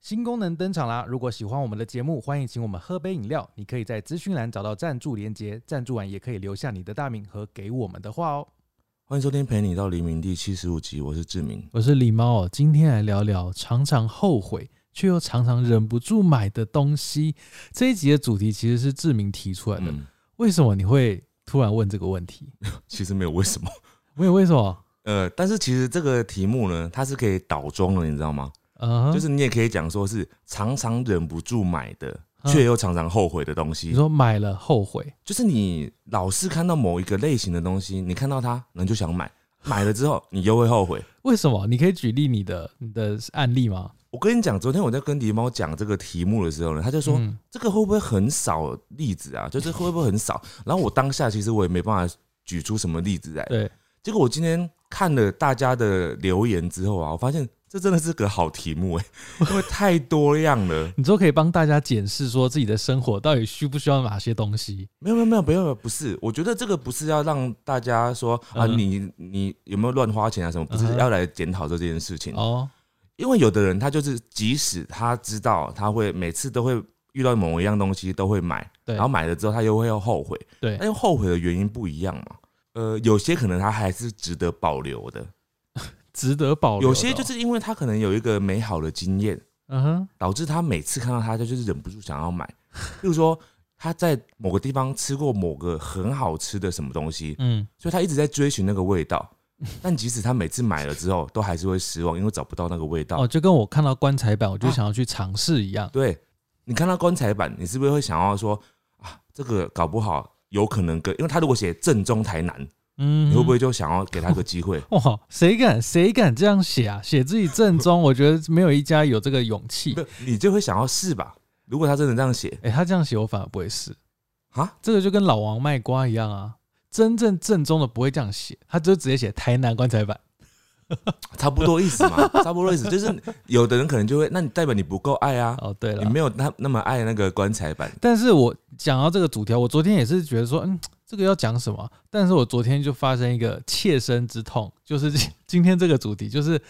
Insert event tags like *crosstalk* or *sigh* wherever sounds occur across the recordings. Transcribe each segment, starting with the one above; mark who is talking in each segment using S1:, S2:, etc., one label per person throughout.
S1: 新功能登场啦！如果喜欢我们的节目，欢迎请我们喝杯饮料。你可以在资讯栏找到赞助连接，赞助完也可以留下你的大名和给我们的话哦。
S2: 欢迎收听《陪你到黎明》第七十五集，我是志明。
S1: 我是狸猫哦，今天来聊聊常常后悔却又常常忍不住买的东西。这一集的主题其实是志明提出来的，
S2: 嗯，
S1: 为什么你会突然问这个问题？
S2: 呃其实没有为什么， *laughs*
S1: 没有为什么？
S2: 呃，但是其实这个题目呢，它是可以倒装的，你知道吗？
S1: 嗯哼，
S2: 就是你也可以讲说是常常忍不住买的，
S1: 嗯
S2: 却又常常后悔的东
S1: 你
S2: 西。
S1: 说买了后悔，
S2: 就是你老是看到某一个类型的东西，你看到它，你就想买，买了之后 *laughs* 你又会后悔。
S1: 为什么？你可以举例你的你的案例吗？
S2: 我跟你讲，昨天我在跟狸猫讲这个题目的时候呢，他就说、
S1: 嗯
S2: 这个会不会很少例子啊？就是会不会很少？然后我当下其实我也没办法举出什么例子来。
S1: 对，
S2: 结果我今天看了大家的留言之后啊，我发现这真的是个好题目
S1: *laughs*
S2: 哎、因为太多样了。
S1: 你之后可以帮大家检视说自己的生活到底需不需要哪些东西。
S2: 没有没有没有没有，不是，我觉得这个不是要让大家说啊，
S1: 嗯
S2: 你你有没有乱花钱啊什么，不
S1: 嗯
S2: 是
S1: 哼
S2: 要来检讨这件事情。
S1: 哦，
S2: 因为有的人他就是即使他知道他会每次都会遇到某一样东西都会买，
S1: 对
S2: 然后买了之后他又会后悔，
S1: 对
S2: 但又后悔的原因不一样嘛。呃，有些可能他还是值得保留的，
S1: 值得保留的哦。
S2: 有些就是因为他可能有一个美好的经验，
S1: 嗯哼，
S2: 导致他每次看到它，他就是忍不住想要买。 *laughs* 例如说，他在某个地方吃过某个很好吃的什么东西，
S1: 嗯，
S2: 所以他一直在追寻那个味道。但即使他每次买了之后，都还是会失望，因为找不到那个味道。
S1: 哦，就跟我看到棺材板，我就
S2: 啊
S1: 想要去尝试一样。
S2: 对，你看到棺材板，你是不是会想要说啊，这个搞不好有可能跟，因为他如果写正宗台南，
S1: 嗯，
S2: 你会不会就想要给他个机
S1: *laughs*
S2: 会？
S1: 哇，谁敢谁敢这样写啊？写自己正宗，
S2: *laughs*
S1: 我觉得没有一家有这个勇气
S2: 不。是，你就会想要试吧。如果他真的这样写
S1: 哎、他这样写我反而不会试，
S2: 啊，
S1: 这个就跟老王卖瓜一样啊。真正正宗的不会这样写，他就直接写台南棺材板。
S2: 差不多意思嘛，差不多意思就是有的人可能就会，那你代表你不够爱啊，
S1: 哦，对了
S2: 你，没有那那么爱那个棺材板，
S1: 但是我讲到这个主题啊，我昨天也是觉得说，嗯，这个要讲什么？但是我昨天就发生一个切身之痛，就是今 *laughs* 今天这个主题，就是，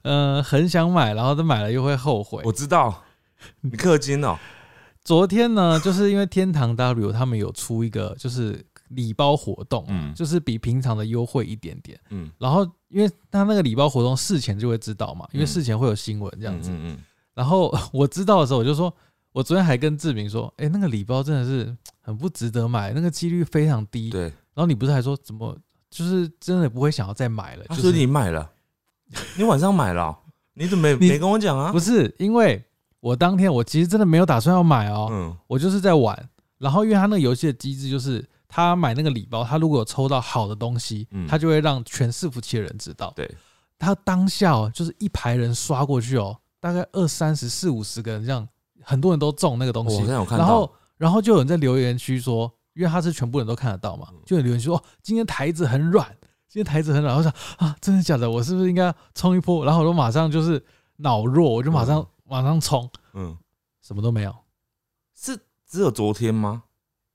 S1: 呃，很想买，然后他买了又会后悔
S2: 我。
S1: *laughs*
S2: 知道。你氪金哦、
S1: 昨天呢，就是因为天堂 W 他们有出一个就是礼包活动，
S2: 嗯
S1: 就是比平常的优惠一点点。
S2: 嗯，
S1: 然后因为他那个礼包活动事前就会知道嘛，因为
S2: 嗯
S1: 事前会有新闻这
S2: 这
S1: 样子。
S2: 嗯嗯
S1: 然后 *laughs* 我知道的时候，我就说，我昨天还跟志明说，哎、那个礼包真的是很不值得买，那个几率非常低
S2: 嗯。对，
S1: 然后你不是还说怎么，就是真的不会想要再买了？
S2: 他
S1: 就是
S2: 说啊你买
S1: *laughs*
S2: 了，你晚上买了哦、你怎么没
S1: 你
S2: 没跟我讲啊？
S1: 不是因为我当天我其实真的没有打算要买哦，
S2: 嗯，
S1: 我就是在玩。然后因为他那个游戏的机制就是，他买那个礼包，他如果有抽到好的东西，
S2: 嗯
S1: 他就会让全伺服器的人知道。
S2: 对，
S1: 他当下哦，就是一排人刷过去哦，大概二三十、四五十个人这样，很多人都中那个东
S2: 我
S1: 西
S2: 好。像有看
S1: 然
S2: 到
S1: 后，然后就有人在留言区说，因为他是全部人都看得到
S2: 嗯
S1: 嘛，就有留言区说、哦、今天台子很软，今天台子很软。我想啊，真的假的？我是不是应该冲一波？然后我就马上就是脑弱，我就马上、
S2: 嗯
S1: 马上冲，
S2: 嗯，
S1: 什么都没有。
S2: 是只有昨天吗？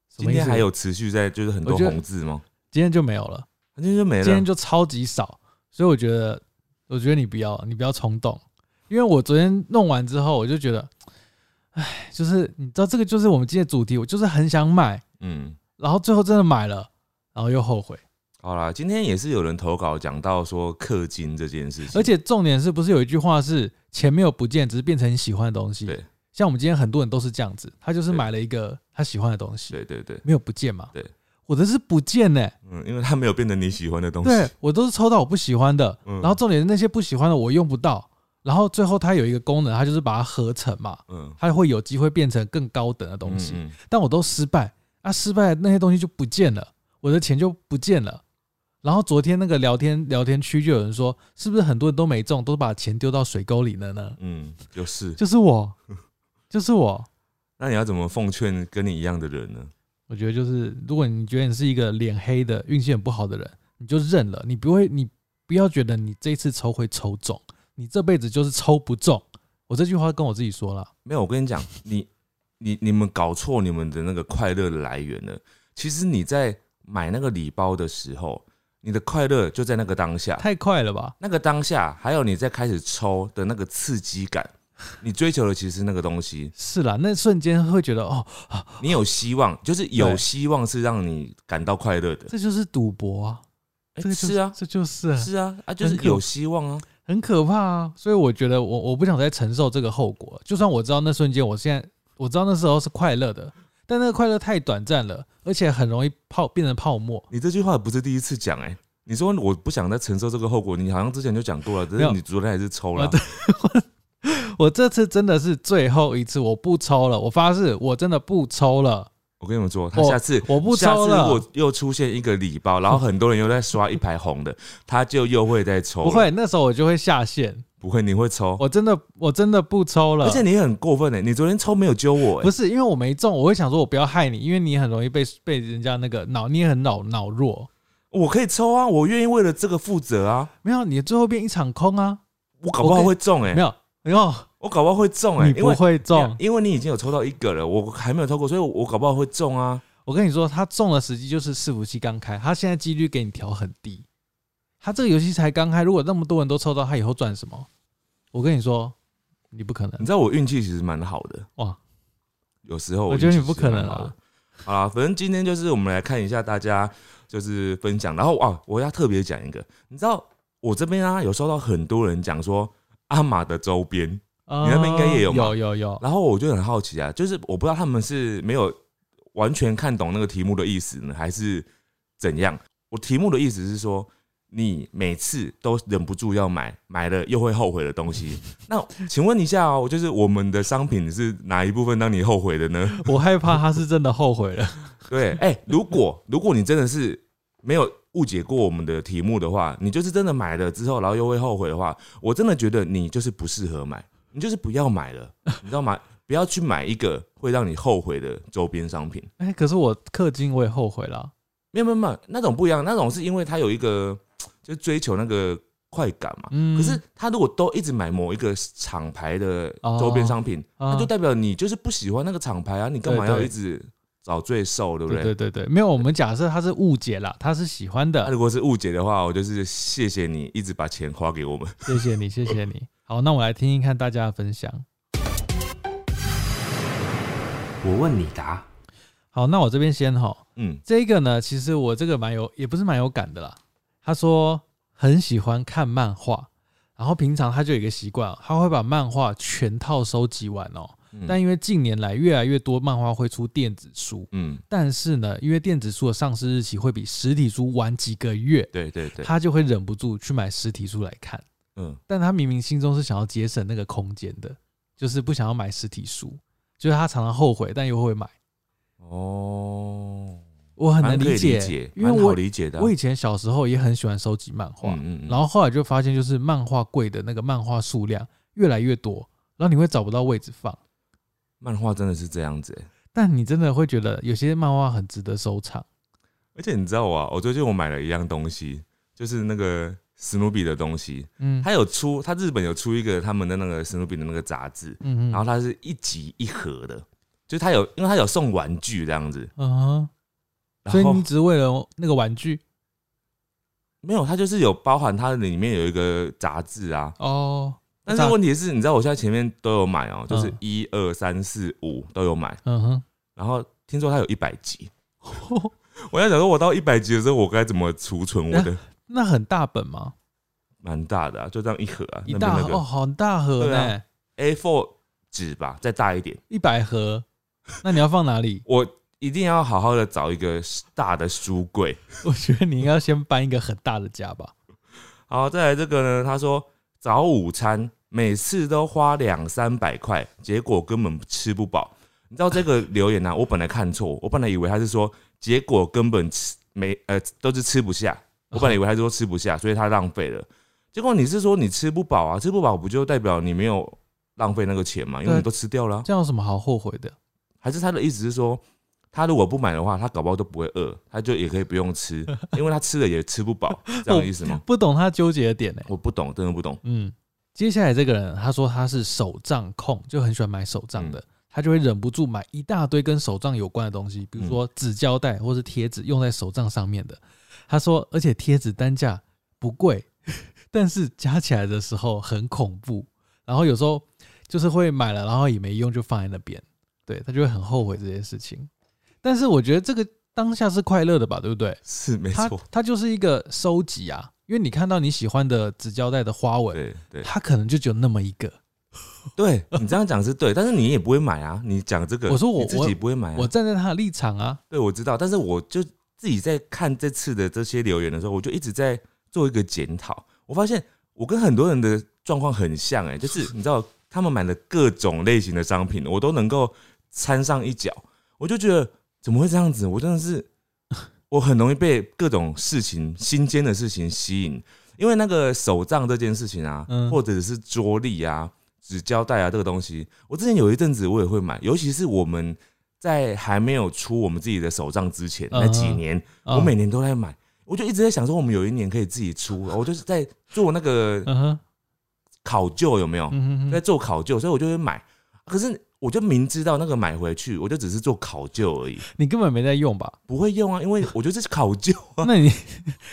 S1: 什
S2: 今
S1: 么意思
S2: 天还有持续在，就是很多
S1: 我觉得
S2: 红字吗？
S1: 今天就没有了，
S2: 今天就没了。
S1: 今天就超级少，所以我觉得，我觉得你不要，你不要冲动，因为我昨天弄完之后，我就觉得，哎，就是你知道这个就是我们今天的主题，我就是很想买，
S2: 嗯，
S1: 然后最后真的买了，然后又后悔，
S2: 好啦，今天也是有人投稿讲到说氪金这件事情，
S1: 而且重点是不是有一句话是钱没有不见，只是变成你喜欢的东西？
S2: 对，
S1: 像我们今天很多人都是这样子，他就是
S2: 对
S1: 买了一个他喜欢的东西，
S2: 对对对，
S1: 没有不见嘛。
S2: 对，
S1: 我的是不见呢、
S2: 嗯，因为它没有变成你喜欢的东西，
S1: 对我都是抽到我不喜欢的，
S2: 嗯
S1: 然后重点是那些不喜欢的我用不到，然后最后它有一个功能，它就是把它合成嘛，
S2: 嗯，
S1: 它会有机会变成更高等的东西，
S2: 嗯嗯
S1: 但我都失败，啊，失败那些东西就不见了，我的钱就不见了。然后昨天那个聊天聊天区就有人说，是不是很多人都没中，都把钱丢到水沟里了呢？
S2: 嗯，就是。
S1: 就是我， *laughs* 就是我。
S2: 那你要怎么奉劝跟你一样的人呢？
S1: 我觉得就是，如果你觉得你是一个脸黑的、运气很不好的人，你就认了，你不会，你不要觉得你这一次抽会抽中，你这辈子就是抽不中。我这句话跟我自己说了，
S2: 没有，我跟你 *laughs* 讲，你你你们搞错你们的那个快乐的来源了。其实你在买那个礼包的时候，你的快乐就在那个当下，
S1: 太快了吧？ *laughs*
S2: 那个当下，还有你在开始抽的那个刺激感，你追求的其实是那个东西，
S1: 是啦，那瞬间会觉得哦，
S2: 你有希望，
S1: *laughs*
S2: 就是有
S1: 对
S2: 希望是让你感到快乐的。
S1: 这就是赌博啊，
S2: 哎
S1: 这个就是
S2: 啊，
S1: 这就是啊
S2: 是啊，啊，就是
S1: 很可
S2: 有希望啊。
S1: 很可怕啊！所以我觉得我我不想再承受这个后果了。就算我知道那瞬间，我现在我知道那时候是快乐的，但那个快乐太短暂了，而且很容易泡变成泡沫。
S2: 你这句话不是第一次讲哎、你说我不想再承受这个后果，你好像之前就讲过了，只
S1: 没
S2: 是
S1: 有
S2: 你昨天还是抽了
S1: 啊。对我这次真的是最后一次，我不抽了，我发誓，我真的不抽了，
S2: 我跟你们说，他
S1: 我
S2: 下次
S1: 我不
S2: 下
S1: 抽
S2: 次如
S1: 了
S2: 果。又出现一个礼包，然后很多人又在刷一排红的，他就又会再抽。
S1: 不，会，那时候我就会下线。
S2: 不会，你会抽，
S1: 我真的，我真的不抽了。
S2: 而且你很过分哎、你昨天抽没有揪我哎、
S1: 不是因为我没中，我会想说，我不要害你，因为你很容易被被人家那个脑，你也很脑脑弱。
S2: 我可以抽啊，我愿意为了这个负责啊，
S1: 没有，你最后变一场空啊！
S2: 我搞不好会中哎、
S1: 没有，没有，
S2: 我搞不好会中哎、
S1: 你
S2: 因
S1: 不
S2: 为
S1: 会中。
S2: 因为你已经有抽到一个了，我还没有抽过，所以我我搞不好会中啊。
S1: 我跟你说，他中的时机就是伺服器刚开，他现在几率给你调很低。他这个游戏才刚开，如果那么多人都抽到，他以后赚什么？我跟你说，你不可能
S2: 你。知道我运气其实蛮好的
S1: 哇，
S2: 有时候
S1: 我觉得
S2: 运气
S1: 你不
S2: 其实蛮
S1: 可能啊
S2: 好的。好啦，反正今天就是我们来看一下大家就是分享，然后啊，我要特别讲一个，你知道我这边啊有收到很多人讲说阿玛的周边，
S1: 你
S2: 那边应该也有嘛
S1: 呃有有有，
S2: 然后我就很好奇啊，就是我不知道他们是没有完全看懂那个题目的意思呢，还是怎样？我题目的意思是说，你每次都忍不住要买，买了又会后悔的东西。那请问一下哦，就是我们的商品是哪一部分让你后悔的呢？
S1: 我害怕他是真的后悔了。 *laughs*
S2: 对，哎、如果如果你真的是没有误解过我们的题目的话，你就是真的买了之后，然后又会后悔的话，我真的觉得你就是不适合买，你就是不要
S1: *laughs*
S2: 买了，你知道吗？不要去买一个会让你后悔的周边商品。
S1: 哎、可是我氪金我也后悔了。
S2: 没有没有没有，那种不一样，那种是因为它有一个就追求那个快感嘛。
S1: 嗯
S2: 可是他如果都一直买某一个厂牌的周边商品，
S1: 啊
S2: 那就代表你就是不喜欢那个厂牌啊，你干嘛
S1: 对
S2: 要
S1: 对
S2: 一直找罪受，对不
S1: 对对对对，没有，我们假设他是误解啦，他是喜欢
S2: 那
S1: 的。
S2: 啊如果是误解的话，我就是谢谢你一直把钱花给我们。
S1: 谢谢你，谢谢你。好，那我来听听看大家的分享。
S3: 我问你答，
S1: 好，那我这边先哈，
S2: 嗯，
S1: 这个呢，其实我这个蛮有，也不是蛮有感的啦。他说很喜欢看漫画，然后平常他就有一个习惯，他会把漫画全套收集完哦。
S2: 嗯
S1: 但因为近年来越来越多漫画会出电子书，
S2: 嗯，
S1: 但是呢，因为电子书的上市日期会比实体书晚几个月，
S2: 对对对，
S1: 他就会忍不住去买实体书来看。
S2: 嗯，
S1: 但他明明心中是想要节省那个空间的，就是不想要买实体书，就是他常常后悔，但又会买。
S2: 哦，
S1: 我很
S2: 蛮
S1: 能
S2: 可以
S1: 理解，
S2: 解，
S1: 因为
S2: 蛮
S1: 我
S2: 好理解的啊。
S1: 我以前小时候也很喜欢收集漫画，
S2: 嗯嗯嗯
S1: 然后后来就发现，就是漫画柜的那个漫画数量越来越多，然后你会找不到位置放，
S2: 漫画真的是这样子欸，
S1: 但你真的会觉得有些漫画很值得收藏。
S2: 而且你知道啊，我最近我买了一样东西，就是那个史努比的东西，
S1: 嗯
S2: 它有出，它日本有出一个他们的那个史努比的那个杂志，
S1: 嗯嗯，
S2: 然后它是一集一盒的，就是它有，因为它有送玩具这样子，
S1: 嗯哼，所
S2: 然
S1: 以
S2: 后
S1: 你只为了那个玩
S2: *laughs*
S1: 具
S2: 没有，它就是有包含它里面有一个杂志啊，
S1: 哦，
S2: 但是
S1: 杂
S2: 问题是，你知道我现在前面都有买哦、就是
S1: 嗯
S2: 一二三四五都有买，
S1: 嗯哼，
S2: 然后听说它有一百集， *laughs* 我在想说，我到一百集的时候，我该怎么储存我
S1: *laughs*
S2: 的？
S1: 那很大本吗？
S2: 蛮大的啊，就这样一盒啊，
S1: 一
S2: 那边
S1: 大盒
S2: 那
S1: 哦，
S2: 个
S1: 好大盒
S2: 对啊
S1: 呢，
S2: A4 纸吧，再大一点，？
S1: 一百盒，那你要放哪里 *laughs*
S2: 我一定要好好的找一个大的书柜。
S1: 我觉得你应该先搬一个很大的家吧。
S2: 好，再来这个呢，他说早午餐每次都花两三百块，结果根本吃不饱。你知道这个留言啊，我本来看错，我本来以为他是说结果根本吃没呃都是吃不下，我本来以为他是说吃不下，所以他浪费了。结果你是说你吃不饱啊？吃不饱不就代表你没有浪费那个钱嘛？因为
S1: 对
S2: 你都吃掉了啊、
S1: 这样有什么好后悔的？
S2: 还是他的意思是说，他如果不买的话，他搞不好都不会饿，他就也可以不用吃，因为他吃了也吃不饱，这样的意思吗？
S1: 不懂他纠结的点呢、
S2: *laughs* 我不懂，真的不懂。
S1: 嗯，接下来这个人他说他是手账控，就很喜欢买手账
S2: 嗯
S1: 的，他就会忍不住买一大堆跟手账有关的东西，比如
S2: 嗯
S1: 说纸胶带或是贴纸用在手账上面的。他说，而且贴纸单价 *laughs* 不贵，但是加起来的时候很恐怖，然后有时候。就是会买了然后也没用就放在那边，对他就会很后悔这件事情。但是我觉得这个当下是快乐的吧，对不对？
S2: 是没
S1: 它
S2: 错，
S1: 它就是一个收集啊，因为你看到你喜欢的纸胶带的花纹，
S2: 对对
S1: 它可能就只有那么一个。
S2: *laughs* 对，你这样讲是对，但是你也不会买啊。你讲这个，
S1: 我说我
S2: 你自己不会买、啊，
S1: 我站在他的立场啊，
S2: 对我知道，但是我就自己在看这次的这些留言的时候，我就一直在做一个检讨。我发现我跟很多人的状况很像、欸，哎，就是你知道，他们买的各种类型的商品，我都能够掺上一脚。我就觉得怎么会这样子？我真的是，我很容易被各种事情、新鲜的事情吸引。因为那个手账这件事情啊，
S1: 嗯
S2: 或者是桌历啊、纸胶带啊这个东西，我之前有一阵子我也会买，尤其是我们在还没有出我们自己的手账之前
S1: 嗯
S2: 那几年，
S1: 嗯
S2: 我每年都在买，我就一直在想说，我们有一年可以自
S1: *laughs*
S2: 己出，我就是在做那个
S1: 嗯哼，
S2: 考究有没有？
S1: 嗯哼
S2: 在
S1: 哼，
S2: 做考究，所以我就会买。可是我就明知道那个买回去，我就只是做考究而已，
S1: 你根本没在用吧？
S2: 不会用啊，因为我觉得这是考
S1: *laughs*
S2: 究啊，
S1: 那你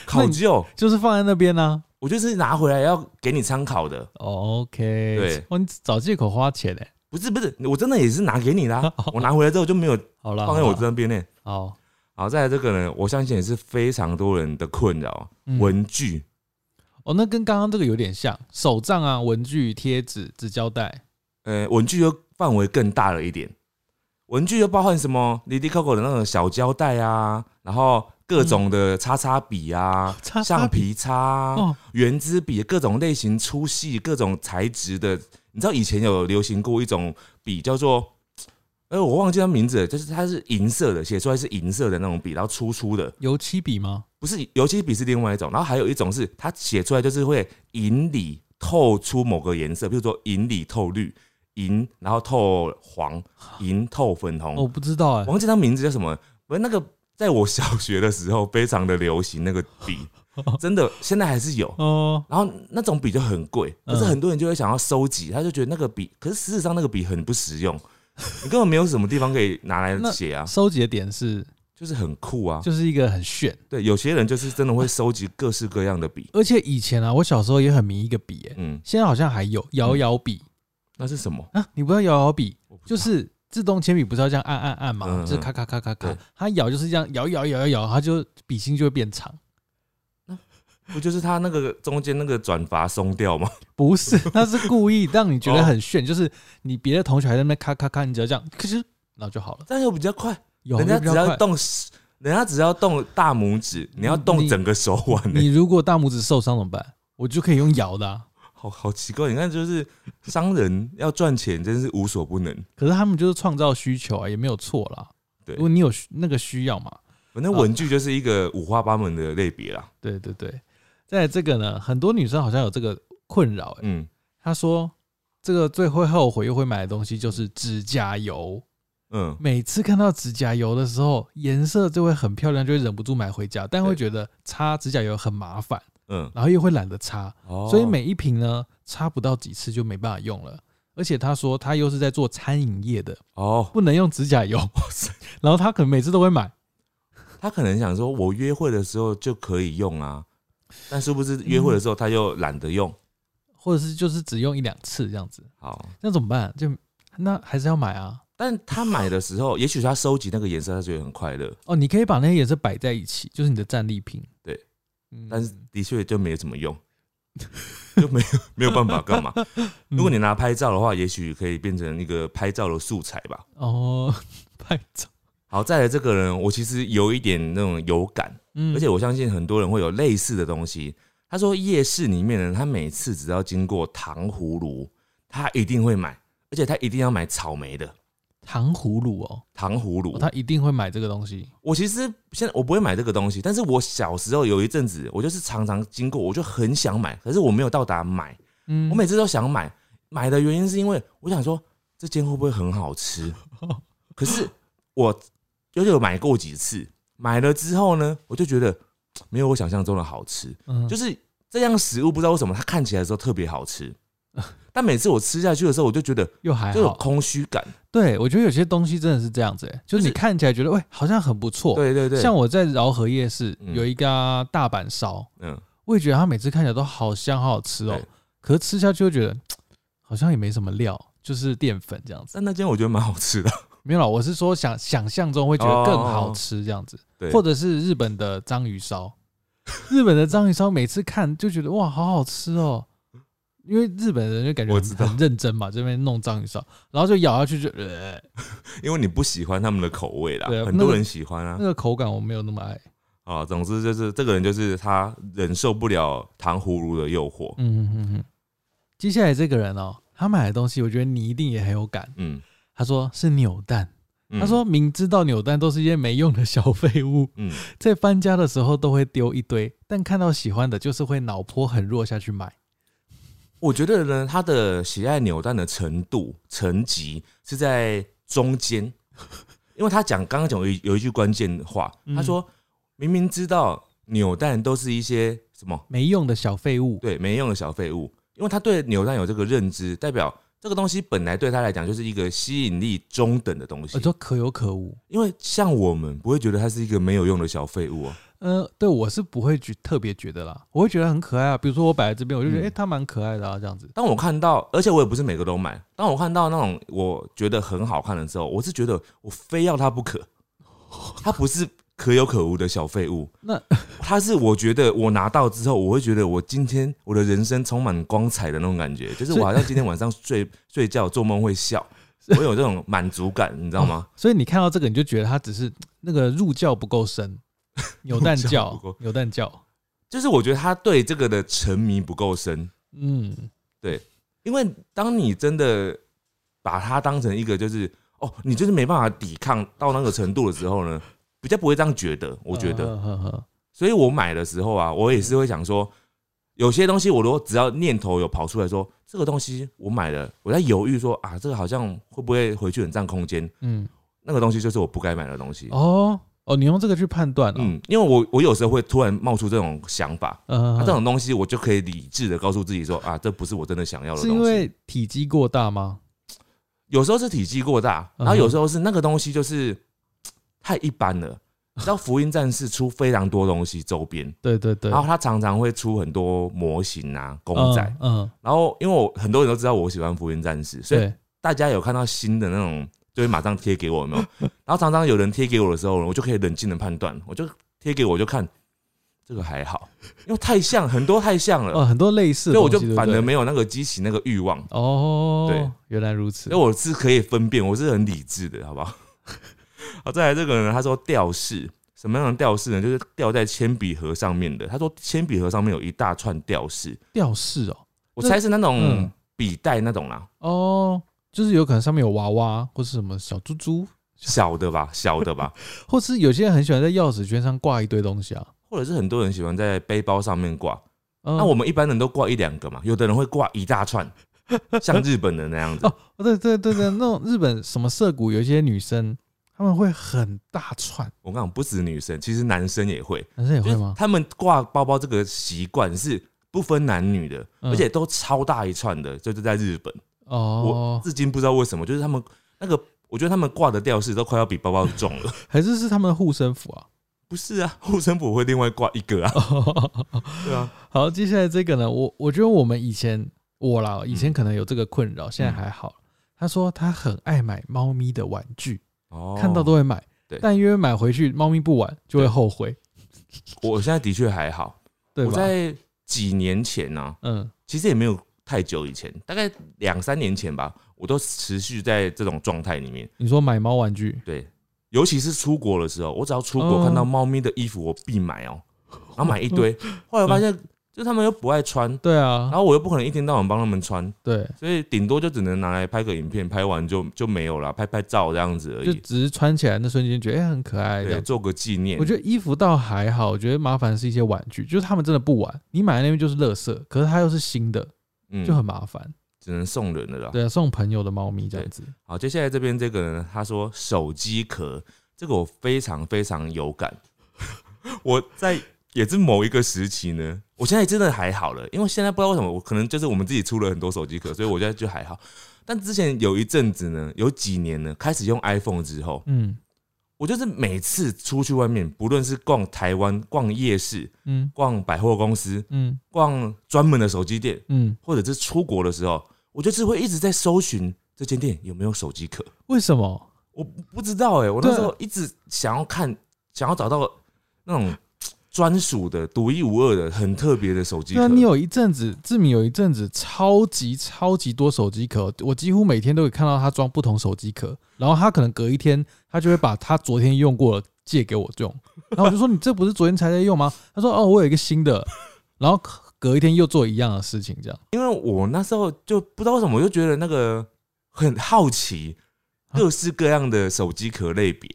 S2: 考究，
S1: 就是放在那边啊呢、
S2: 我就是拿回来要给你参考的。
S1: o k
S2: 对，
S1: 哇，你找借口花钱哎、
S2: 不是不是，我真的也是拿给
S1: *laughs*
S2: 你啦、我拿回来之后就没有
S1: 好了，
S2: 放在我
S1: 好啦
S2: 这边呢。
S1: 好，
S2: 好，再来这个呢，我相信也是非常多人的困扰，
S1: 嗯
S2: 文具。
S1: 哦，那跟刚刚这个有点像，手账啊、文具、贴纸、纸胶带，
S2: 呃，文具又范围更大了一点，文具又包含什么 l i l y Coco 的那种小胶带啊，然后各种的叉叉笔啊、
S1: 嗯叉叉
S2: 橡
S1: 笔
S2: 皮擦啊、
S1: 哦，
S2: 圆珠笔，各种类型、粗细、各种材质的。你知道以前有流行过一种笔叫做，呃，我忘记它名字了，就是它是银色的，写出来是银色的那种笔，然后粗粗的，
S1: 油漆笔吗？
S2: 不是油漆笔是另外一种，然后还有一种是它写出来就是会银里透出某个颜色，比如说银里透绿，银然后透黄，银透粉红。
S1: 哦我不知道哎、
S2: 我忘记它名字叫什么，不是那个，在我小学的时候非常的流行那个
S1: *laughs*
S2: 笔，真的现在还是有。
S1: 哦，
S2: 然后那种笔就很贵，可是
S1: 嗯
S2: 很多人就会想要收集，他就觉得那个笔，可是事实上那个笔很不实
S1: *laughs*
S2: 用，你根本没有什么地方可以拿来
S1: 那
S2: 写啊，
S1: 收集的点是
S2: 就是很酷啊。
S1: 就是一个很炫，
S2: 对，有些人就是真的会收集各式各样的笔，
S1: 而且以前啊，我小时候也很迷一个笔哎、
S2: 嗯，
S1: 现在好像还有摇摇笔、
S2: 那是什么？
S1: 啊，你不要摇摇笔，
S2: 我不
S1: 就
S2: 知道
S1: 是自动铅笔不是要这样按按按嘛，
S2: 嗯
S1: 就是咔咔咔咔咔
S2: 对，
S1: 它咬就是这样摇一摇摇一摇，它就笔芯就会变长。
S2: 不就是他那个中间那个转阀松掉 *laughs* 吗？
S1: 不是，它是故意让你觉得很炫，就是你别的同学还在那边咔咔咔，你只要这样，可是然后就好了。
S2: 但又比较快，
S1: 有
S2: 人家
S1: 就
S2: 只
S1: 比较
S2: 要
S1: 快。
S2: 动，人家只要动大拇指，你要动
S1: 你
S2: 整个手腕欸呢、
S1: 你如果大拇指受伤怎么办？我就可以用摇的、啊。
S2: 好好奇怪。你看，就是商人要赚钱，真是无所不能。
S1: 可是他们就是创造需求啊，也没有错啦。
S2: 对
S1: 如果你有需那个需要嘛，
S2: 反正文具就是一个五花八门的类别啦。
S1: 对对对。在这个呢，很多女生好像有这个困扰、欸。
S2: 嗯
S1: 她说，这个最会后悔又会买的东西就是指甲油。
S2: 嗯，
S1: 每次看到指甲油的时候，颜色就会很漂亮，就会忍不住买回家，但会
S2: 对
S1: 觉得擦指甲油很麻烦。
S2: 嗯，
S1: 然后又会懒得擦，
S2: 哦
S1: 所以每一瓶呢擦不到几次就没办法用了。而且他说他又是在做餐饮业的，
S2: 哦，
S1: 不能用指甲油， *laughs*
S2: 哇塞，
S1: 然后他可能每次都会买。
S2: 他可能想说，我约会的时候就可以用啊，但殊不知约会的时候他又懒得用。
S1: 或者是就是只用一两次这样子，
S2: *laughs* 好，
S1: 那怎么办？就那还是要买啊。
S2: 但他买的时候，也许他收集那个颜色，他觉得很快乐，
S1: 哦，你可以把那些颜色摆在一起，就是你的战利品。
S2: 对
S1: 嗯，
S2: 但是的确就没怎么用， *laughs* 就没有没有办法干嘛。
S1: 嗯
S2: 如果你拿拍照的话，也许可以变成一个拍照的素材吧。
S1: 哦， *laughs* 拍照，
S2: 好，再来这个人，我其实有一点那种有感，
S1: 嗯，
S2: 而且我相信很多人会有类似的东西。他说夜市里面呢，他每次只要经过糖葫芦，他一定会买，而且他一定要买草莓的
S1: 糖葫芦哦
S2: 糖葫芦。
S1: 哦他一定会买这个东西。
S2: 我其实现在我不会买这个东西，但是我小时候有一阵子，我就是常常经过，我就很想买，可是我没有到达买。
S1: 嗯，
S2: 我每次都想买，买的原因是因为我想说这间会不会很
S1: *laughs*
S2: 好吃，可是我就是有买过几次，买了之后呢，我就觉得没有我想象中的好吃。
S1: 嗯
S2: 就是这样食物不知道为什么它看起来的时候特别好吃，但每次我吃下去的时候，我就觉得
S1: 又嗯还
S2: 就有
S1: 好，
S2: 空虚感。
S1: 对我觉得有些东西真的是这样子、欸，就是你
S2: 就是
S1: 看起来觉得喂好像很不错，
S2: 对对对，
S1: 像我在饶河夜市
S2: 嗯
S1: 有一家大阪烧，
S2: 嗯，
S1: 我也觉得它每次看起来都好香，好好吃哦
S2: 对。
S1: 可是吃下去又觉得嘖好像也没什么料，就是淀粉这样子。
S2: 但那间我觉得蛮好吃的，
S1: 没有啦，我是说想想象中会觉得更好吃这样子，
S2: 哦对，
S1: 或者是日本的章鱼烧，日本的章鱼烧每次看就觉得哇，好好吃哦。因为日本人就感觉
S2: 我
S1: 很
S2: 知道
S1: 很认真嘛，这边弄章鱼烧，然后就咬下去就，呃，
S2: 因为你不喜欢他们的口味啦
S1: 对啊，
S2: 很
S1: 那
S2: 多
S1: 个
S2: 人喜欢啊
S1: 那。个口感我没有那么爱。
S2: 啊，总之就是这个人就是他忍受不了糖葫芦的诱惑。
S1: 嗯嗯嗯嗯。接下来这个人哦，他买的东西，我觉得你一定也很有感。
S2: 嗯，
S1: 他说是扭蛋，
S2: 嗯
S1: 他说，明知道扭蛋都是一些没用的小废物， *laughs*
S2: 嗯，
S1: 在搬家的时候都会丢一堆，但看到喜欢的，就是会脑波很弱下去买。
S2: 我觉得呢，他的喜爱扭蛋的程度层级是在中间， *laughs* 因为他讲刚刚讲有一有一句关键话，
S1: 嗯
S2: 他说明明知道扭蛋都是一些什么
S1: 没用的小废物，
S2: 对没用的小废物，因为他对扭蛋有这个认知，代表这个东西本来对他来讲就是一个吸引力哦中等的东西
S1: 我，说可有可无。
S2: 因为像我们不会觉得它是一个没有用的小废物哦、
S1: 呃，对我是不会觉特别觉得啦，我会觉得很可爱啊。比如说我摆在这边，我就觉得
S2: 嗯
S1: 哎、诶它蛮可爱的啊，这样子。
S2: 当我看到，而且我也不是每个都买。当我看到那种我觉得很好看的时候，我是觉得我非要它不可。它不是可有可无的小废物，
S1: 那
S2: 它是我觉得我拿到之后，我会觉得我今天我的人生充满光彩的那种感觉，就是
S1: 所以
S2: 我好像今天晚上睡睡觉做梦会笑，我有这种满足感，你知道吗？
S1: 所以你看到这个，你就觉得它只是那个入教不够
S2: *laughs*
S1: 深，扭蛋
S2: 入教不
S1: 教
S2: 够，
S1: 扭蛋教。
S2: 就是我觉得他对这个的沉迷不够深，
S1: 嗯，
S2: 因为当你真的把它当成一个就是哦，你就是没办法抵抗到那个程度的时候呢，比较不会这样觉得。我觉得，
S1: 呵呵呵
S2: 所以我买的时候啊，我也是会想说，有些东西我如果只要念头有跑出来说这个东西我买了，我在犹豫说啊，这个好像会不会回去很占空间，
S1: 嗯，
S2: 那个东西就是我不该买的东西。
S1: 哦哦，你用这个去判断了、哦，
S2: 嗯，因为我我有时候会突然冒出这种想法，啊
S1: 嗯、
S2: 那、这种东西我就可以理智的告诉自己说啊，这不是我真的想要的
S1: 是
S2: 东
S1: 因
S2: 西。
S1: 为体积过大吗？
S2: 有时候是体积过大，
S1: 嗯哼
S2: 然后有时候是那个东西就是嘖太一
S1: *laughs*
S2: 般了。你知道福音战士出非常多东西周边，
S1: 对对对，
S2: 然后他常常会出很多模型啊、公仔。
S1: 嗯，嗯，
S2: 然后因为我很多人都知道我喜欢福音战士，所以
S1: 对，
S2: 大家有看到新的那种，就会马上贴给我，有
S1: *laughs*
S2: 没有？然后常常有人贴给我的时候，我就可以冷静的判断，我就贴给我我就看这个还好，因为太像很多太像了，
S1: 哦，很多类似
S2: 呃所
S1: 的
S2: 以我
S1: 东西，
S2: 就
S1: 对不
S2: 反
S1: 对
S2: 而没有那个激起那个欲望。
S1: 哦，
S2: 对，
S1: 原来如此
S2: 所以，我是可以分辨，我是很理智的，
S1: *laughs*
S2: 好不好？好，再来这个呢，他说吊饰，什么样的吊饰呢？就是吊在铅笔盒上面的。他说铅笔盒上面有一大串吊饰，
S1: 吊饰哦，
S2: 我
S1: 那
S2: 猜是那种
S1: 嗯
S2: 笔袋那种啊啦，
S1: 哦，就是有可能上面有娃娃或是什么小猪猪，
S2: 小的吧， *laughs* 小的吧，
S1: 或是有些人很喜欢在钥匙圈上挂一堆东西啊。
S2: 或者是很多人喜欢在背包上面挂。
S1: 嗯
S2: 那我们一般人都挂一两个嘛，有的人会挂一大串， *laughs* 像日本人那样子
S1: 哦。，对对对对，那种日本什么涩谷有一些女生，她们会很大串，
S2: 我跟你讲，不止女生，其实男生也会，
S1: 男生也
S2: 就
S1: 会
S2: 是
S1: 吗？
S2: 他们挂包包这个习惯是不分男女的，
S1: 嗯
S2: 而且都超大一串的，这就在日本。我
S1: 哦，
S2: 至今不知道为什么，就是他们那个，我觉得他们挂的吊饰都快要比包包重了。 *laughs*
S1: 还是是他们的护身符啊？
S2: 不是啊，护身符会另外挂一个啊。对啊，
S1: *laughs* 好，接下来这个呢，我我觉得我们以前我啦，以前可能有这个困扰，现在还好。他说他很爱买猫咪的玩具，
S2: 哦
S1: 看到都会买
S2: 对，
S1: 但因为买回去猫咪不玩，就会
S2: 对
S1: 后悔，
S2: 我现在的确还好。
S1: 对
S2: 我
S1: 吧？
S2: 在几年前呢、
S1: 嗯
S2: 其实也没有太久以前，大概两三年前吧，我都持续在这种状态里面。
S1: 你说买猫玩具，
S2: 对，尤其是出国的时候，我只要出国
S1: 哦
S2: 看到猫咪的衣服，我必买哦、然后买一
S1: *laughs*
S2: 堆。后来发现，就他们又不爱穿，
S1: 对
S2: 然
S1: 啊，
S2: 后我又不可能一天到晚帮他们穿，
S1: 对，
S2: 所以顶多就只能拿来拍个影片，拍完就就没有了，拍拍照这样子而
S1: 就
S2: 已。
S1: 只是穿起来那瞬间觉得哎、很可爱这
S2: 对，
S1: 样。
S2: 做个纪念。
S1: 我觉得衣服倒还好，我觉得麻烦是一些玩具，就是他们真的不玩，你买在那边就是垃圾，可是它又是新的，
S2: 嗯
S1: 就很麻烦。
S2: 只能送人了啦。
S1: 对啊，送朋友的猫咪这样子，
S2: 好，接下来这边这个呢，他说手机壳，这个我非常非常有感。 *laughs* 我在也是某一个时期呢，我现在真的还好了，因为现在不知道为什么，我可能就是我们自己出了很多手机壳，所以我现在就还好。但之前有一阵子呢，有几年呢，开始用 iPhone 之后，
S1: 嗯
S2: 我就是每次出去外面，不论是逛台湾、逛夜市、
S1: 嗯
S2: 逛百货公司、
S1: 嗯
S2: 逛专门的手机店，
S1: 嗯，
S2: 或者是出国的时候，我就是会一直在搜寻这间店有没有手机壳？
S1: 为什么？
S2: 我不知道哎、我
S1: 对
S2: 那时候一直想要看，想要找到那种专属的、独一无二的、很特别的手机
S1: 对啊，
S2: 壳。
S1: 你有一阵子，志明有一阵子超级超级多手机壳，我几乎每天都会看到他装不同手机壳，然后他可能隔一天，他就会把他昨天用过的借给我用，然后我就说你这不是昨天才在用吗？ *laughs* 他说哦，我有一个新的， *laughs* 然后隔一天又做一样的事情，这样
S2: 因为我那时候就不知道为什么，我就觉得那个很好奇，
S1: 啊
S2: 各式各样的手机壳类别，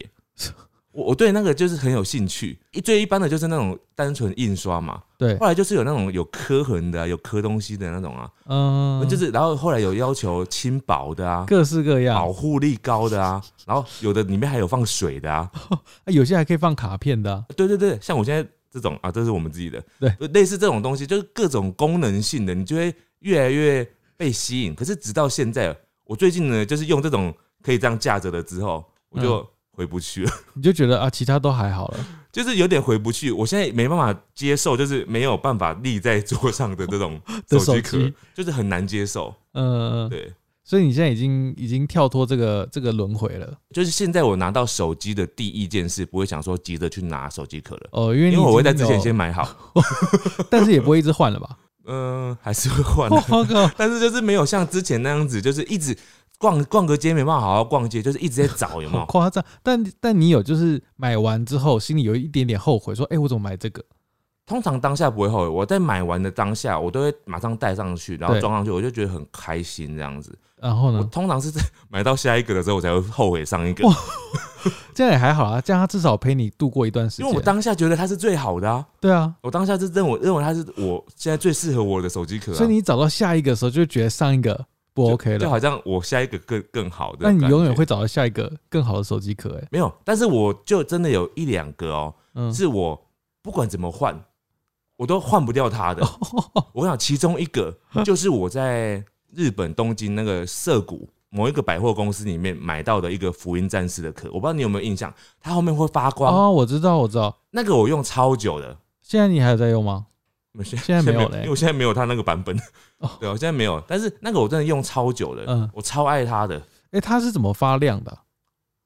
S2: 我我对那个就是很有兴趣。一最一般的就是那种单纯印刷嘛，
S1: 对，
S2: 后来就是有那种有刻痕的啊、有刻东西的那种啊，
S1: 嗯，
S2: 就是然后后来有要求轻薄的啊，
S1: 各式各样，
S2: 保护力高的啊，然后有的里面还有放水的啊，
S1: 啊有些还可以放卡片的啊、
S2: 对对对，像我现在这种啊，这是我们自己的，
S1: 对，
S2: 类似这种东西，就是各种功能性的，你就会越来越被吸引。可是直到现在，我最近呢，就是用这种可以这样架着的之后，我
S1: 嗯
S2: 就回不去了， *laughs*
S1: 你就觉得啊，其他都还好了。
S2: 就是有点回不去。我现在没办法接受，就是没有办法立在桌上的这种
S1: 的
S2: 手
S1: 手
S2: 机
S1: 机
S2: 壳，就是很难接受。
S1: 嗯，
S2: 对，
S1: 所以你现在已经已经跳脱这个这个轮回了
S2: 就是现在我拿到手机的第一件事，不会想说急着去拿手机壳了，
S1: 哦，因为
S2: 因
S1: 你
S2: 为我会在
S1: 已经
S2: 之前
S1: 有
S2: 先，
S1: *laughs*
S2: 买好。
S1: 但是也不会一直换了 *laughs* 吧？
S2: 嗯、还是会换的。
S1: 我靠，
S2: 但是就是没有像之前那样子，就是一直逛逛个街，没办法好好逛街，就是一直在找有没
S1: 好 *laughs*
S2: 有？
S1: 夸张！但但你有就是买完之后心里有一点点后悔，说哎、诶我怎么买这个？
S2: 通常当下不会后悔，我在买完的当下，我都会马上带上去，然后
S1: 对
S2: 装上去，我就觉得很开心这样子。
S1: 然后
S2: 我
S1: 呢，
S2: 通常是在 *laughs* 买到下一个的时候，我才会后悔上一个，
S1: 哇这样也还好啊，这样他至少陪你度过一段时
S2: 因为我
S1: 间。
S2: 当下觉得它是最好的啊，
S1: 对啊，
S2: 我当下是认为认为它是我现在最适合我的手机壳、啊，
S1: 所以你找到下一个的时候，就觉得上一个不
S2: 就
S1: OK
S2: 就
S1: 了。
S2: 好像我下一个更更好的
S1: 那
S2: 感觉，
S1: 你永远会找到下一个更好的手机壳、哎，
S2: 没有，但是我就真的有一两个哦，
S1: 嗯，
S2: 是我不管怎么换，我都换不掉
S1: *laughs*
S2: 它的。我跟你讲，其中一个就是我在日本东京那个涩谷某一个百货公司里面买到的一个福音战士的壳，我不知道你有没有印象，它后面会发光，
S1: 哦，我知道，我知道。
S2: 那个我用超久的。
S1: 现在你还有在用吗？
S2: 现
S1: 现在没有嘞
S2: 因为我现在没有它那个
S1: *laughs*
S2: 版本，
S1: 哦
S2: 对，我现在没有，但是那个我真的用超久的，
S1: 嗯
S2: 我超爱它的，
S1: 哎、它是怎么发亮的啊？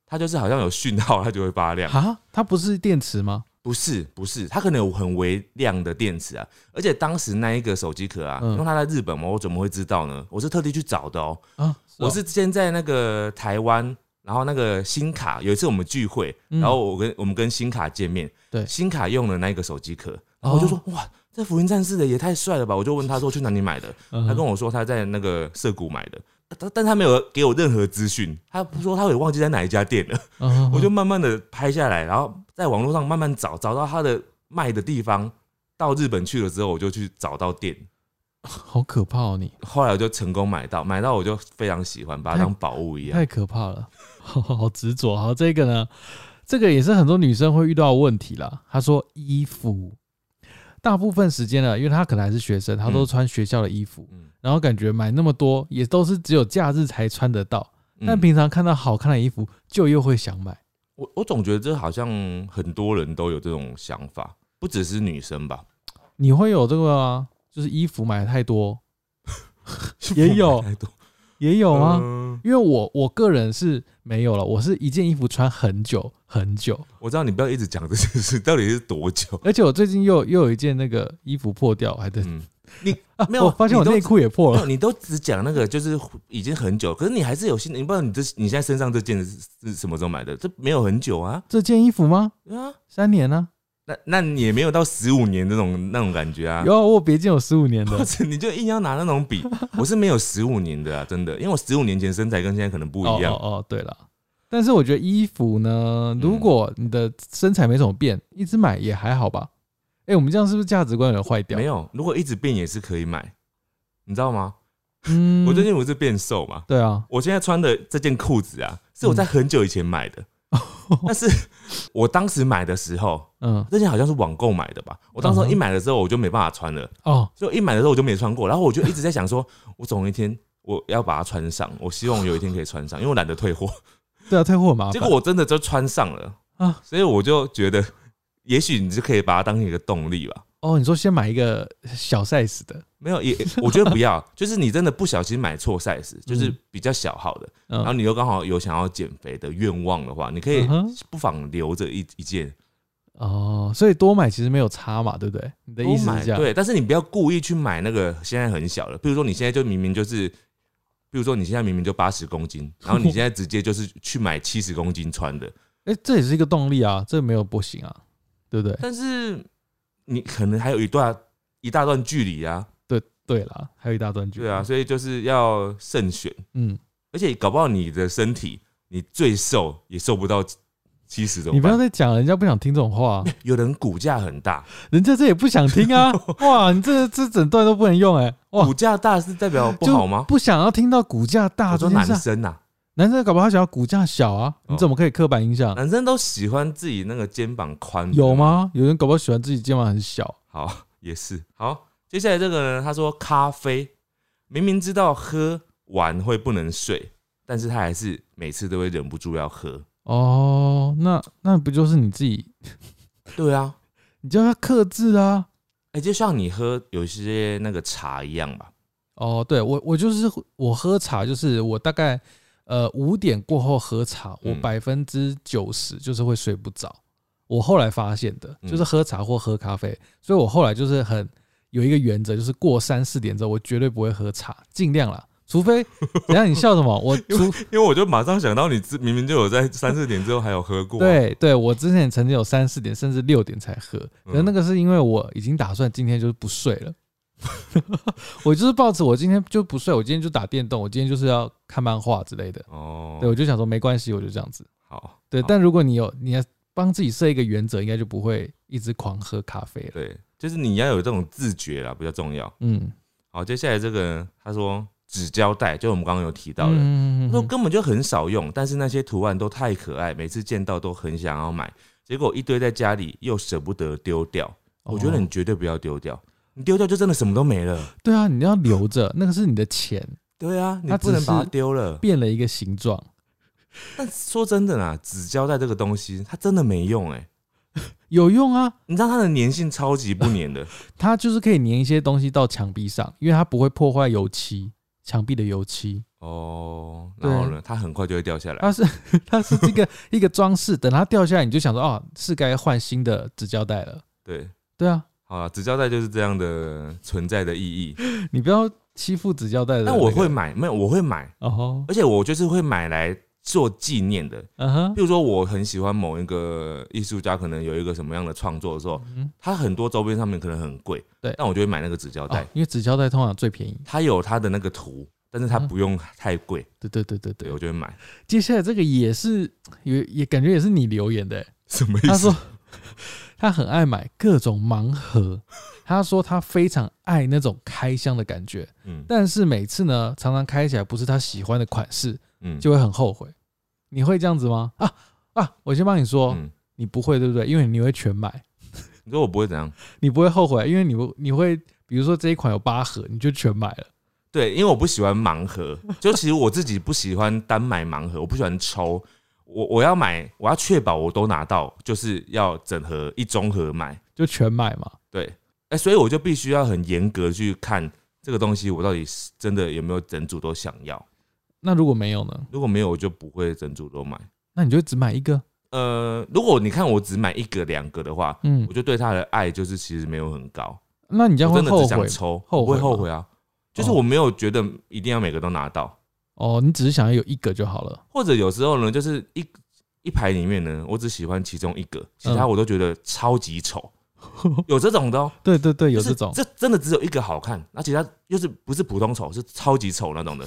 S2: 它就是好像有讯号，它就会发亮。
S1: 哈它不是电池吗？
S2: 不是不是，它可能有很微量的电池啊，而且当时那一个手机壳啊，
S1: 嗯
S2: 因为它在日本嘛，我怎么会知道呢？我是特地去找的哦，
S1: 啊，
S2: 我是先在那个台湾，然后那个新卡有一次我们聚会，
S1: 嗯
S2: 然后我跟我们跟新卡见面，
S1: 对哦
S2: 新卡用了那个手机壳，然后我就说、哇，这福音战士的也太帅了吧！我就问他说去哪里买的，
S1: 哦，
S2: 他
S1: 他
S2: 跟我说他在那个涩谷买的。但但他没有给我任何资讯，他说他也忘记在哪一家店了，
S1: 我
S2: 我就慢慢的拍下来，然后在网络上慢慢找，找到他的卖的地方。到日本去了之后，我就去找到店，
S1: 好可怕哦，你
S2: 后来我就成功买到，买到我就非常喜欢，把它当宝物一样。
S1: 太可怕了， *laughs* 好好执着。好，这个呢，这个也是很多女生会遇到的问题啦。她说衣服，大部分时间呢，因为她可能还是学生，她都
S2: 嗯
S1: 穿学校的衣服，
S2: 嗯，
S1: 然后感觉买那么多也都是只有假日才穿得到，但
S2: 嗯
S1: 平常看到好看的衣服就又会想买。
S2: 我我总觉得这好像很多人都有这种想法，不只是女生吧，
S1: 你会有这个吗？就是衣服买的太多， *laughs* 也
S2: *laughs*
S1: 有
S2: 太多
S1: 也有啊。
S2: 嗯
S1: 因为我我个人是没有了，我是一件衣服穿很久很久，
S2: 我知道你不要一直讲这件事， *laughs* 到底是多久？
S1: 而且我最近又又有一件那个衣服破掉，还在、
S2: 嗯，
S1: 啊，
S2: 没有
S1: 我发现我
S2: 你都
S1: 内裤也破
S2: 没
S1: 了
S2: 有，。哦你都只讲那个，就是已经很久，可是你还是有新的，你不知道你这你现在身上这件是是什么时候买的？这没有很久啊，
S1: *laughs* 这件衣服吗？
S2: 对啊，
S1: 三年呢、
S2: 那那你也没有到十五年那种那种感觉啊
S1: 啊？。有啊我有别件有十五年
S2: *laughs* 或
S1: 的
S2: 者你就硬要拿那种比，我是没有十五年的啊，真的，因为我十五年前身材跟现在可能不一样
S1: 哦。哦哦，对了，但是我觉得衣服呢，
S2: 嗯
S1: 如果你的身材没怎么变，一直买也还好吧。哎、我们这样是不是价值观有点坏掉？
S2: 没
S1: 有，
S2: 有，如果一直变也是可以买，你知道吗？
S1: 嗯
S2: 我最近不是变瘦嘛，
S1: 对啊，
S2: 我现在穿的这件裤子啊，是我在很久以前
S1: *laughs*
S2: 买的，但是我当时买的时候，
S1: 嗯
S2: 这件好像是网购买的吧？我当时候
S1: 嗯哼
S2: 一买的时候我就没办法穿了，
S1: 哦，
S2: 所以我一买的时候我就没穿过，然后我就一直在想说，我总有一天我要把它穿上，我希望有一天可以穿上，因为我懒得退货。
S1: 对啊，退货很麻烦。
S2: 结果我真的就穿上了
S1: 啊
S2: 啊，所以我就觉得，也许你就可以把它当成一个动力吧。
S1: 哦，你说先买一个小 size 的，
S2: 没有也，我觉得不要，就是你真的不小心买错 size，就是比较小号的，
S1: 嗯
S2: 然后你又刚好有想要减肥的愿望的话，你可以
S1: 嗯哼
S2: 不妨留着一一件，
S1: 哦，所以多买其实没有差嘛，对不对？你的意思
S2: 多买
S1: 是这样？
S2: 对，但是你不要故意去买那个现在很小的，比如说你现在就明明就是，比如说你现在明明就八十公斤，然后你现在直接就是去买七十公斤穿的，
S1: 哎、这也是一个动力啊，这没有不行啊，对不对？
S2: 但是你可能还有一段一大段距离啊，
S1: 对啦，还有一大段距离。
S2: 对啊，所以就是要慎选，
S1: 嗯，
S2: 而且搞不好你的身体你最瘦也瘦不到七十的，
S1: 你不要再讲了，人家不想听这种话啊、
S2: 有人骨架很大，
S1: 人家这也不想听
S2: *laughs*
S1: 啊！哇，你这这整段都不能用哎、哇
S2: 骨，架大是代表不
S1: 就
S2: 好吗？
S1: 不想要听到骨架大
S2: 我
S1: 这
S2: 说
S1: 件
S2: 男
S1: 事啊，
S2: 生呐、
S1: 男生搞不好他想要骨架小啊，
S2: 哦
S1: 你怎么可以刻板印象？
S2: 男生都喜欢自己那个肩膀宽，
S1: 有？吗？
S2: 嗯
S1: 有人搞不好喜欢自己肩膀很小，
S2: 好， *laughs* 也是好。接下来这个呢，他说咖啡，明明知道喝完会不能睡，但是他还是每次都会忍不住要喝。
S1: 哦，那那不就是你自己？
S2: 对啊，
S1: 你就要克制啊！
S2: 哎、就像你喝有些那个茶一样吧，
S1: 哦，对我我就是我喝茶，就是我大概呃五点过后喝茶，我
S2: 嗯
S1: 百分之九十就是会睡不着。我后来发现的就是
S2: 嗯
S1: 喝茶或喝咖啡，所以我后来就是很有一个原则，就是过三四点之后我绝对不会喝茶，尽量啦，除非等一下你笑什么？我除
S2: *laughs* 因为我就马上想到你之明明就有在三四点之后还有喝过、，
S1: 对对，我之前也曾经有三四点甚至六点才喝，
S2: 嗯
S1: 可是那个是因为我已经打算今天就是不睡了， *laughs* 我就是抱着我今天就不睡，我今天就打电动，我今天就是要看漫画之类的。
S2: 哦，
S1: 对，我就想说没关系，我就这样子。
S2: 好，
S1: 对，
S2: 好
S1: 但如果你有你要帮自己设一个原则，应该就不会一直狂喝咖啡了。
S2: 对，就是你要有这种自觉啦，比较重要。
S1: 嗯，
S2: 好，接下来这个呢他说纸胶带，就我们刚刚有提到的，
S1: 嗯
S2: 他说根本就很少用，但是那些图案都太可爱，每次见到都很想要买，结果一堆在家里又舍不得丢掉。我觉得你
S1: 哦
S2: 绝对不要丢掉，你丢掉就真的什么都没了。
S1: 对啊，你要留着，那个是你的钱，
S2: 对啊，你
S1: 它
S2: 不能
S1: 只
S2: 把它
S1: 是
S2: 丢了。
S1: 变了一个形状，
S2: 但说真的啦，纸胶带这个东西它真的没用哎、
S1: 有用啊。
S2: 你知道它的粘性超级不粘 *laughs* 的，
S1: 它就是可以粘一些东西到墙壁上，因为它不会破坏油漆，墙壁的油漆。
S2: 哦，然后呢，它很快就会掉下来。
S1: 它是 *laughs* 它是这个 *laughs* 一个装饰，等它掉下来，你就想说哦，是该换新的纸胶带了。
S2: 对，
S1: 对啊，
S2: 好了，纸胶带就是这样的存在的意义。
S1: 你不要欺负纸胶带的、那
S2: 但我
S1: 个
S2: 会买，没有，我会买，
S1: 哦吼，
S2: 而且我就是会买来做纪念的。
S1: 嗯哼
S2: 譬，如说，我很喜欢某一个艺术家，可能有一个什么样的创作的时候，
S1: 嗯
S2: 他很多周边上面可能很贵，
S1: 对
S2: 但我就会买那个纸胶带
S1: 哦，，因为纸胶带通常最便宜。
S2: 它有它的那个图，但是它不用太贵，
S1: 对对对对嗯
S2: 对
S1: 对
S2: 我，就
S1: *laughs*
S2: 会买。
S1: 接下来这个也是也也感觉也是你留言的欸、
S2: 什么意思？
S1: 他说他很爱买各种盲盒，他说他非常爱那种开箱的感觉，
S2: 嗯
S1: 但是每次呢，常常开起来不是他喜欢的款式，
S2: 嗯
S1: 就会很后悔。你会这样子吗？啊啊！我先帮你说，
S2: 嗯，
S1: 你不会对不对？因为你会全买，
S2: 你说我不会怎样？
S1: 你不会后悔，因为你不你会，比如说这一款有八盒，你就全买了。
S2: 对，因为我不喜欢盲盒，就其实我自己不喜欢单买盲盒，我不喜欢抽。我我要买，我要确保我都拿到，就是要整盒一中盒买。
S1: 就全买嘛，
S2: 对，哎、所以我就必须要很严格去看这个东西，我到底是真的有没有整组都想要。
S1: 那如果没有呢？
S2: 如果没有，我就不会整组都买。
S1: 那你就只买一个，
S2: 呃，如果你看我只买一个两个的话，
S1: 嗯
S2: 我，就对它的爱就是其实没有很高，
S1: 那你这样
S2: 我
S1: 会
S2: 真的
S1: 后
S2: 只想
S1: 悔
S2: 抽，
S1: 后
S2: 我不
S1: 悔吗
S2: 会后悔啊。就是
S1: 哦
S2: 我没有觉得一定要每个都拿到，
S1: 哦。你只是想要有一个就好了。
S2: 或者有时候呢，就是一一排里面呢，我只喜欢其中一个，其他
S1: 嗯
S2: 我都觉得超级丑，有这种的、哦，
S1: 对对对，有
S2: 就是
S1: 这
S2: *laughs*
S1: 种，
S2: 这真的只有一个好看，而且它又是不是普通丑，是超级丑那种的。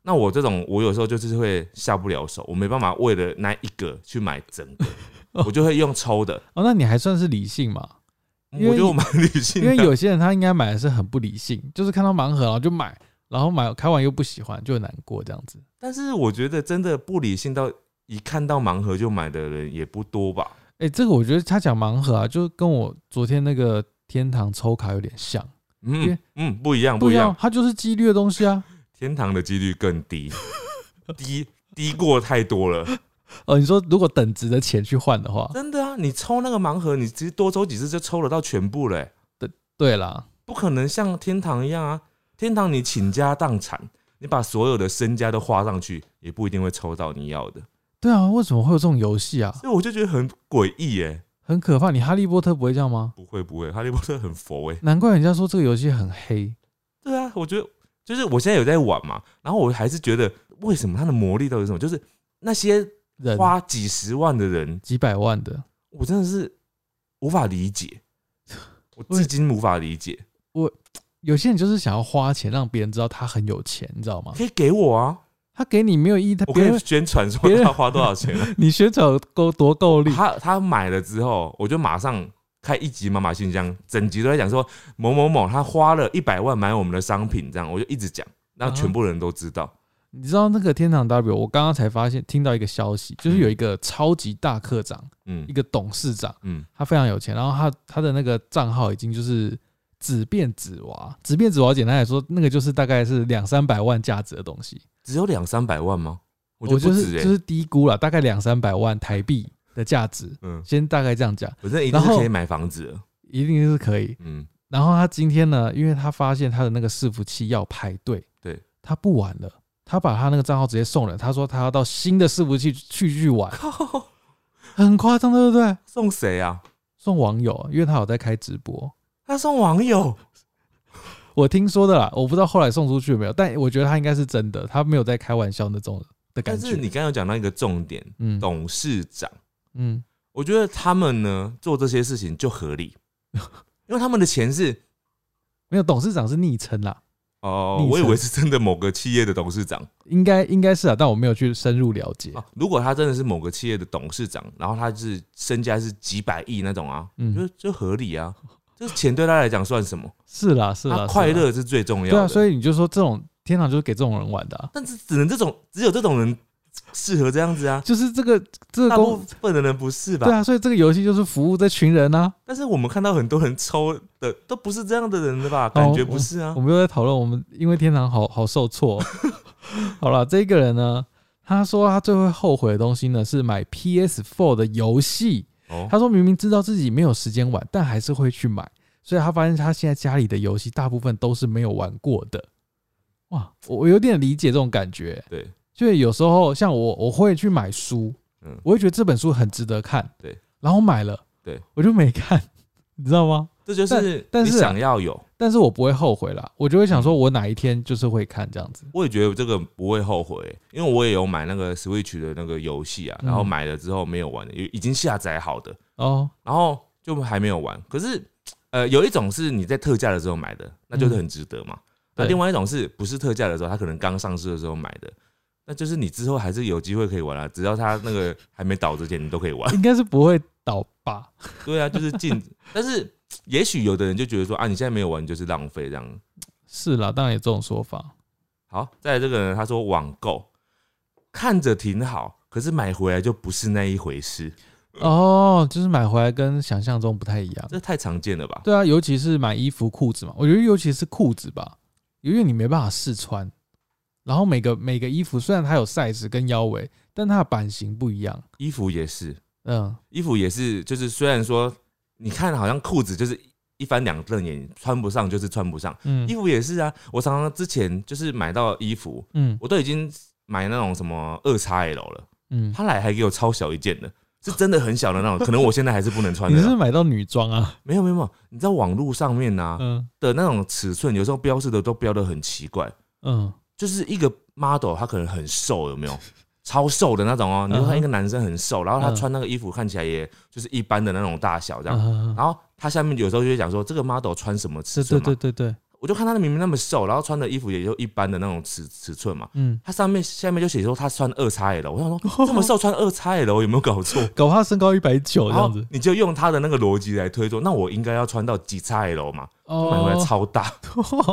S2: 那我这种，我有时候就是会下不了手，我没办法为了那一个去买整
S1: *laughs*
S2: 个，
S1: 哦
S2: 我就会用抽的。
S1: 哦，那你还算是理性嘛？因为
S2: 我觉得我蛮理性
S1: 因
S2: 的，
S1: 为有些人他应该买的是很不理性，就是看到盲盒然后就买，然后买开完又不喜欢，就很难过这样子。
S2: 但是我觉得真的不理性到一看到盲盒就买的人也不多吧。
S1: 哎、这个我觉得他讲盲盒啊，就跟我昨天那个天堂抽卡有点像，因
S2: 嗯
S1: 为
S2: 嗯，不一样不
S1: 对
S2: 一
S1: 啊
S2: 样，，
S1: 它就是几率的东西啊。
S2: 天堂的几率更低，低低过太多
S1: *laughs*
S2: 了，
S1: *laughs* 哦，你说如果等值的钱去换的话，
S2: 真的啊！你抽那个盲盒，你其实多抽几次就抽得到全部了欸、
S1: *laughs* 对啦，
S2: 不可能像天堂一样啊！天堂你倾家荡产，你把所有的身家都花上去，也不一定会抽到你要的。
S1: 对啊，为什么会有这种游戏啊？
S2: 所以我就觉得很诡异耶。
S1: 很可怕。你哈利波特不会这样吗？
S2: 不会不会，哈利波特很佛哎、
S1: 难怪人家说这个游戏很黑。
S2: 对啊，我觉得就是我现在有在玩嘛，然后我还是觉得为什么它的魔力到底是什么？就是那些
S1: 人
S2: 花几十万的人，
S1: 几百万的，
S2: 我真的是无法理 *laughs* 解，我至今无法理解。
S1: 有些人就是想要花钱让别人知道他很有钱，你知道吗？
S2: 可以给我啊，
S1: 他给你没有意义，他
S2: 我
S1: 别
S2: 可以
S1: 人
S2: 宣传说
S1: 别人
S2: 他花多少钱啊
S1: 你宣传够多够力，
S2: 他他买了之后，我就马上开一集妈妈信箱，整集都在讲说某某某他花了一百万买我们的商品，这样我就一直讲，让全部人都知道。
S1: 你知道那个天堂 W，我刚刚才发现听到一个消息，就是有一个超级大课长，
S2: 嗯
S1: 一个董事长，
S2: 嗯，
S1: 他非常有钱，然后他他的那个账号已经就是纸变纸娃，纸变纸娃简单来说，那个就是大概是两三百万价值的东西，
S2: 只有两三百万吗？我
S1: 我
S2: 觉
S1: 就
S2: 得不
S1: 是
S2: 止哎、
S1: 就是低估了，大概两三百万台币的价值，
S2: 嗯，
S1: 先大概这样讲，
S2: 反正一定
S1: 然
S2: 是
S1: 后
S2: 可以买房子了。
S1: 一定是可以。
S2: 嗯，
S1: 然后他今天呢，因为他发现他的那个伺服器要排队，
S2: 对，
S1: 他不玩了，他把他那个账号直接送人，他说他要到新的伺服器去去玩，
S2: *laughs* 靠，
S1: 很夸张，对不对？
S2: 送谁啊？
S1: 送网友，因为他有在开直播，
S2: 他送网友，
S1: 我听说的啦，我不知道后来送出去有没有，但我觉得他应该是真的，他没有在开玩笑那种的感
S2: 但
S1: 觉。
S2: 是你刚刚有讲到一个重点，
S1: 嗯
S2: 董事长，
S1: 嗯，
S2: 我觉得他们呢做这些事情就合
S1: *laughs*
S2: 理，因为他们的钱是
S1: 没有，董事长是昵称啦，
S2: 哦、
S1: 昵称
S2: 我以为是真的某个企业的董事长
S1: 应该应该是啊，但我没有去深入了解。
S2: 啊。如果他真的是某个企业的董事长，然后他是身家是几百亿那种啊，
S1: 嗯
S2: 就就合理啊。这钱对他来讲
S1: *laughs*
S2: 算什么？
S1: 是啦是啦，
S2: 他快
S1: 啊是啦
S2: 乐是最重要
S1: 对
S2: 的。
S1: 啊，所以你就说这种天堂就是给这种人玩的、啊，
S2: 但是只能这种，只有这种人适合这样子啊。
S1: 就是这个 *laughs* 这个
S2: 大部
S1: 公
S2: 分的人不是吧？
S1: 对啊，所以这个游戏就是服务这群人
S2: *laughs*
S1: 啊。
S2: 但是我们看到很多人抽的都不是这样的人的吧？
S1: 哦
S2: 感觉不是啊
S1: 我。们又在讨论我们因为天堂好好受挫哦、 *laughs* 好了，这个人呢，他说他最会后悔的东西呢是买 PS4 的游戏。
S2: 哦，
S1: 他说明明知道自己没有时间玩，但还是会去买，所以他发现他现在家里的游戏大部分都是没有玩过的。哇，我我有点理解这种感觉，
S2: 对，
S1: 就是有时候像我，我会去买书，
S2: 嗯
S1: 我会觉得这本书很值得看，
S2: 对，
S1: 然后我买了，
S2: 对，
S1: 我就没看，你知道吗？
S2: 这就是
S1: 但但
S2: 你
S1: 是啊
S2: 想要有。
S1: 但是我不会后悔啦，我就会想说，
S2: 嗯
S1: 我哪一天就是会看这样子。
S2: 我也觉得这个不会后悔、因为我也有买那个 Switch 的那个游戏啊，
S1: 嗯
S2: 然后买了之后没有玩的，已已经下载好的， *laughs*
S1: 哦，
S2: 然后就还没有玩。可是，呃，有一种是你在特价的时候买的，那就是很值得嘛。那、
S1: 对
S2: 另外一种是不是特价的时候，它可能刚上市的时候买的，那就是你之后还是有机会可以玩啊，只要它那个还没倒之前，你都可以玩。
S1: 应该是不会倒吧？
S2: *laughs* 对啊，就是进。 *laughs* 但是也许有的人就觉得说啊，你现在没有玩就是浪费这样。
S1: 是啦，当然有这种说法。
S2: 好，再来这个人他说网购看着挺好，可是买回来就不是那一回事，
S1: 哦，就是买回来跟想象中不太一样。
S2: 这太常见了吧？
S1: 对啊，尤其是买衣服、裤子嘛，我觉得尤其是裤子吧，因为你没办法试穿，然后每个每个衣服虽然它有 size 跟腰围，但它的版型不一样。
S2: 衣服也是，
S1: 嗯，
S2: 衣服也是，就是虽然说你看好像裤子就是一翻两瞪眼，穿不上就是穿不上，
S1: 嗯
S2: 衣服也是啊。我常常之前就是买到衣服，
S1: 嗯
S2: 我都已经买那种什么二 XL 了，
S1: 嗯，
S2: 他来还给我超小一件的，是真的很小
S1: *laughs*
S2: 的那种，可能我现在还是不能穿
S1: 你
S2: 的
S1: 是不是
S2: 啦。
S1: 买到女装啊？
S2: 没有没有没有，你知道网络上面啊
S1: 嗯
S2: 的那种尺寸，有时候标示的都标的很奇怪，
S1: 嗯，
S2: 就是一个 model 他可能很瘦，有
S1: *laughs*
S2: 没有？超瘦的那种哦、
S1: 嗯
S2: 你说
S1: 哼
S2: 他一个男生很瘦，然后他
S1: 嗯
S2: 穿那个衣服看起来也就是一般的那种大小这样，啊
S1: 嗯
S2: 然后他下面有时候就会讲说这个 model 穿什么尺
S1: 对对
S2: 寸嘛，
S1: 对对对，
S2: 我就看他的明明那么瘦，然后穿的衣服也就一般的那种尺尺寸嘛，
S1: 嗯，
S2: 他上面下面就写说他穿二 XL，我
S1: *laughs*
S2: 想说这么瘦穿二 XL 有没有搞错？
S1: 搞不好他身高一百九哦这
S2: 然后
S1: 样子，
S2: 你就用他的那个逻辑来推说，那我应该要穿到几 XL 嘛？哦买回来超大，
S1: 哦 *laughs*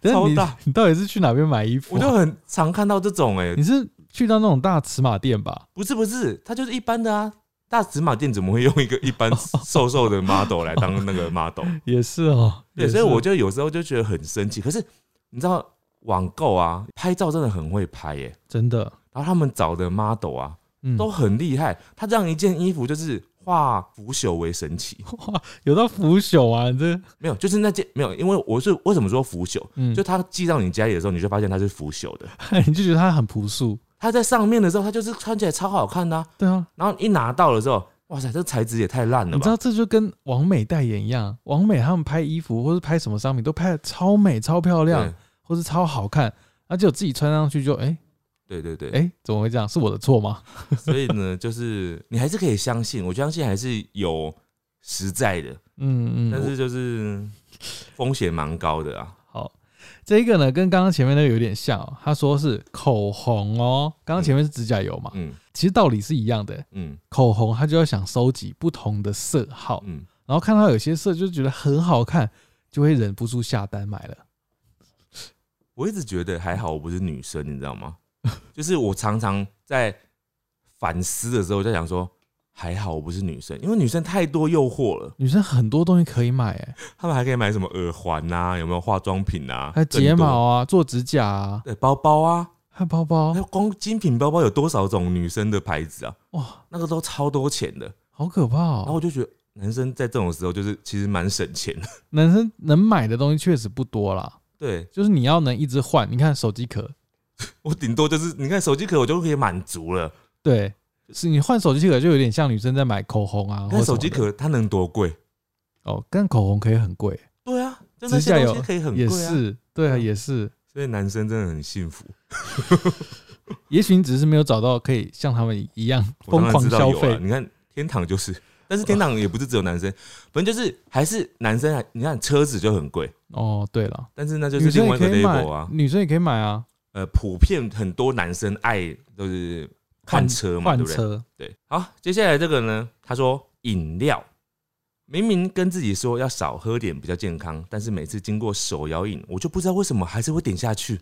S1: 等下
S2: 超
S1: 你
S2: 大
S1: 你到底是去哪边买衣服
S2: 我
S1: 啊、
S2: 就很常看到这种哎、
S1: 你是去到那种大尺码店吧？
S2: 不是不是，他就是一般的啊。大尺码店怎么会用一个一般瘦瘦的 model 来当那个 model？
S1: 也是哦，
S2: 对，
S1: 也是
S2: 所以我就有时候就觉得很生气。可是你知道网购啊，拍照真的很会拍耶、
S1: 真的，
S2: 然后他们找的 model 啊
S1: 嗯，
S2: 都很厉害，他这样一件衣服就是化腐朽为神奇。
S1: 哇，有到腐朽啊！你这
S2: 没有，就是那件没有，因为我是为什么说腐朽，
S1: 嗯
S2: 就它寄到你家里的时候，你就发现它是腐朽的。
S1: 你就觉得它很朴素，
S2: 它在上面的时候，它就是穿起来超好看的啊、
S1: 对啊。
S2: 然后你一拿到了之后，哇塞，这材质也太烂了
S1: 你知
S2: 吧！
S1: 道这就跟王美代言一样，王美他们拍衣服或是拍什么商品都拍的超美、超漂亮，或是超好看，而且我自己穿上去就哎
S2: 对对对
S1: 哎、怎么会这样？是我的错 *laughs* 吗？
S2: 所以呢，就是你还是可以相信，我相信还是有实在的，
S1: 嗯嗯，
S2: 但
S1: 我
S2: 是就是风险蛮高的啊。
S1: 好，这个呢跟刚刚前面那个有点像、哦，他说是口红哦，刚刚前面是指甲油嘛，
S2: 嗯
S1: 其实道理是一样的。
S2: 嗯
S1: 口红它就要想收集不同的色号，
S2: 嗯，
S1: 然后看到有些色就觉得很好看，就会忍不住下单买了。
S2: 我一直觉得还好，我不是女生，你知道吗？ *laughs* 就是我常常在反思的时候，我在想说，还好我不是女生，因为女生太多诱惑了，
S1: 女生很多东西可以买、欸，
S2: 她们还可以买什么耳环啊，有没有化妆品啊，
S1: 还有睫
S2: 更多
S1: 毛，啊，做指甲啊，
S2: 对，包包啊，
S1: 还有包包
S2: 还，有光精品包包有多少种女生的牌子啊？
S1: 哇，
S2: 那个都超多钱的，
S1: 好可怕
S2: 然
S1: 哦！
S2: 后我就觉得男生在这种时候就是其实蛮省钱的，
S1: 男生能买的东西确实不多啦，
S2: 对
S1: 就是你要能一直换。你看手机壳，
S2: 我顶多就是你看手机壳我就可以满足了，
S1: 对，是你换手机壳就有点像女生在买口红啊，或
S2: 但
S1: 者
S2: 手机壳它能多贵？
S1: 哦，但口红可以很贵，
S2: 对啊，就那
S1: 指甲
S2: 些东
S1: 油
S2: 西可以很贵
S1: 也
S2: 啊，
S1: 是，对啊，
S2: 嗯
S1: 也是。
S2: 所以男生真的很幸福。
S1: 也许你只是没有找到可以像他们一样
S2: 我
S1: 疯
S2: 当然
S1: 狂
S2: 知道
S1: 消
S2: 有啊
S1: 费，
S2: 你看天堂就是，但是天堂也不是只有男生，反正就是还是男生还你看车子就很贵，
S1: 哦，对了，
S2: 但是那就是
S1: 女
S2: 另
S1: 生也
S2: 外一个
S1: 可以
S2: level
S1: 买
S2: 啊，。
S1: 女生也可以买啊，
S2: 呃，普遍很多男生爱就是换车嘛，
S1: 换
S2: 对不对？
S1: 车，
S2: 对。好，接下来这个呢，他说饮料，明明跟自己说要少喝点比较健康，但是每次经过手摇饮，我就不知道为什么还是会点下去。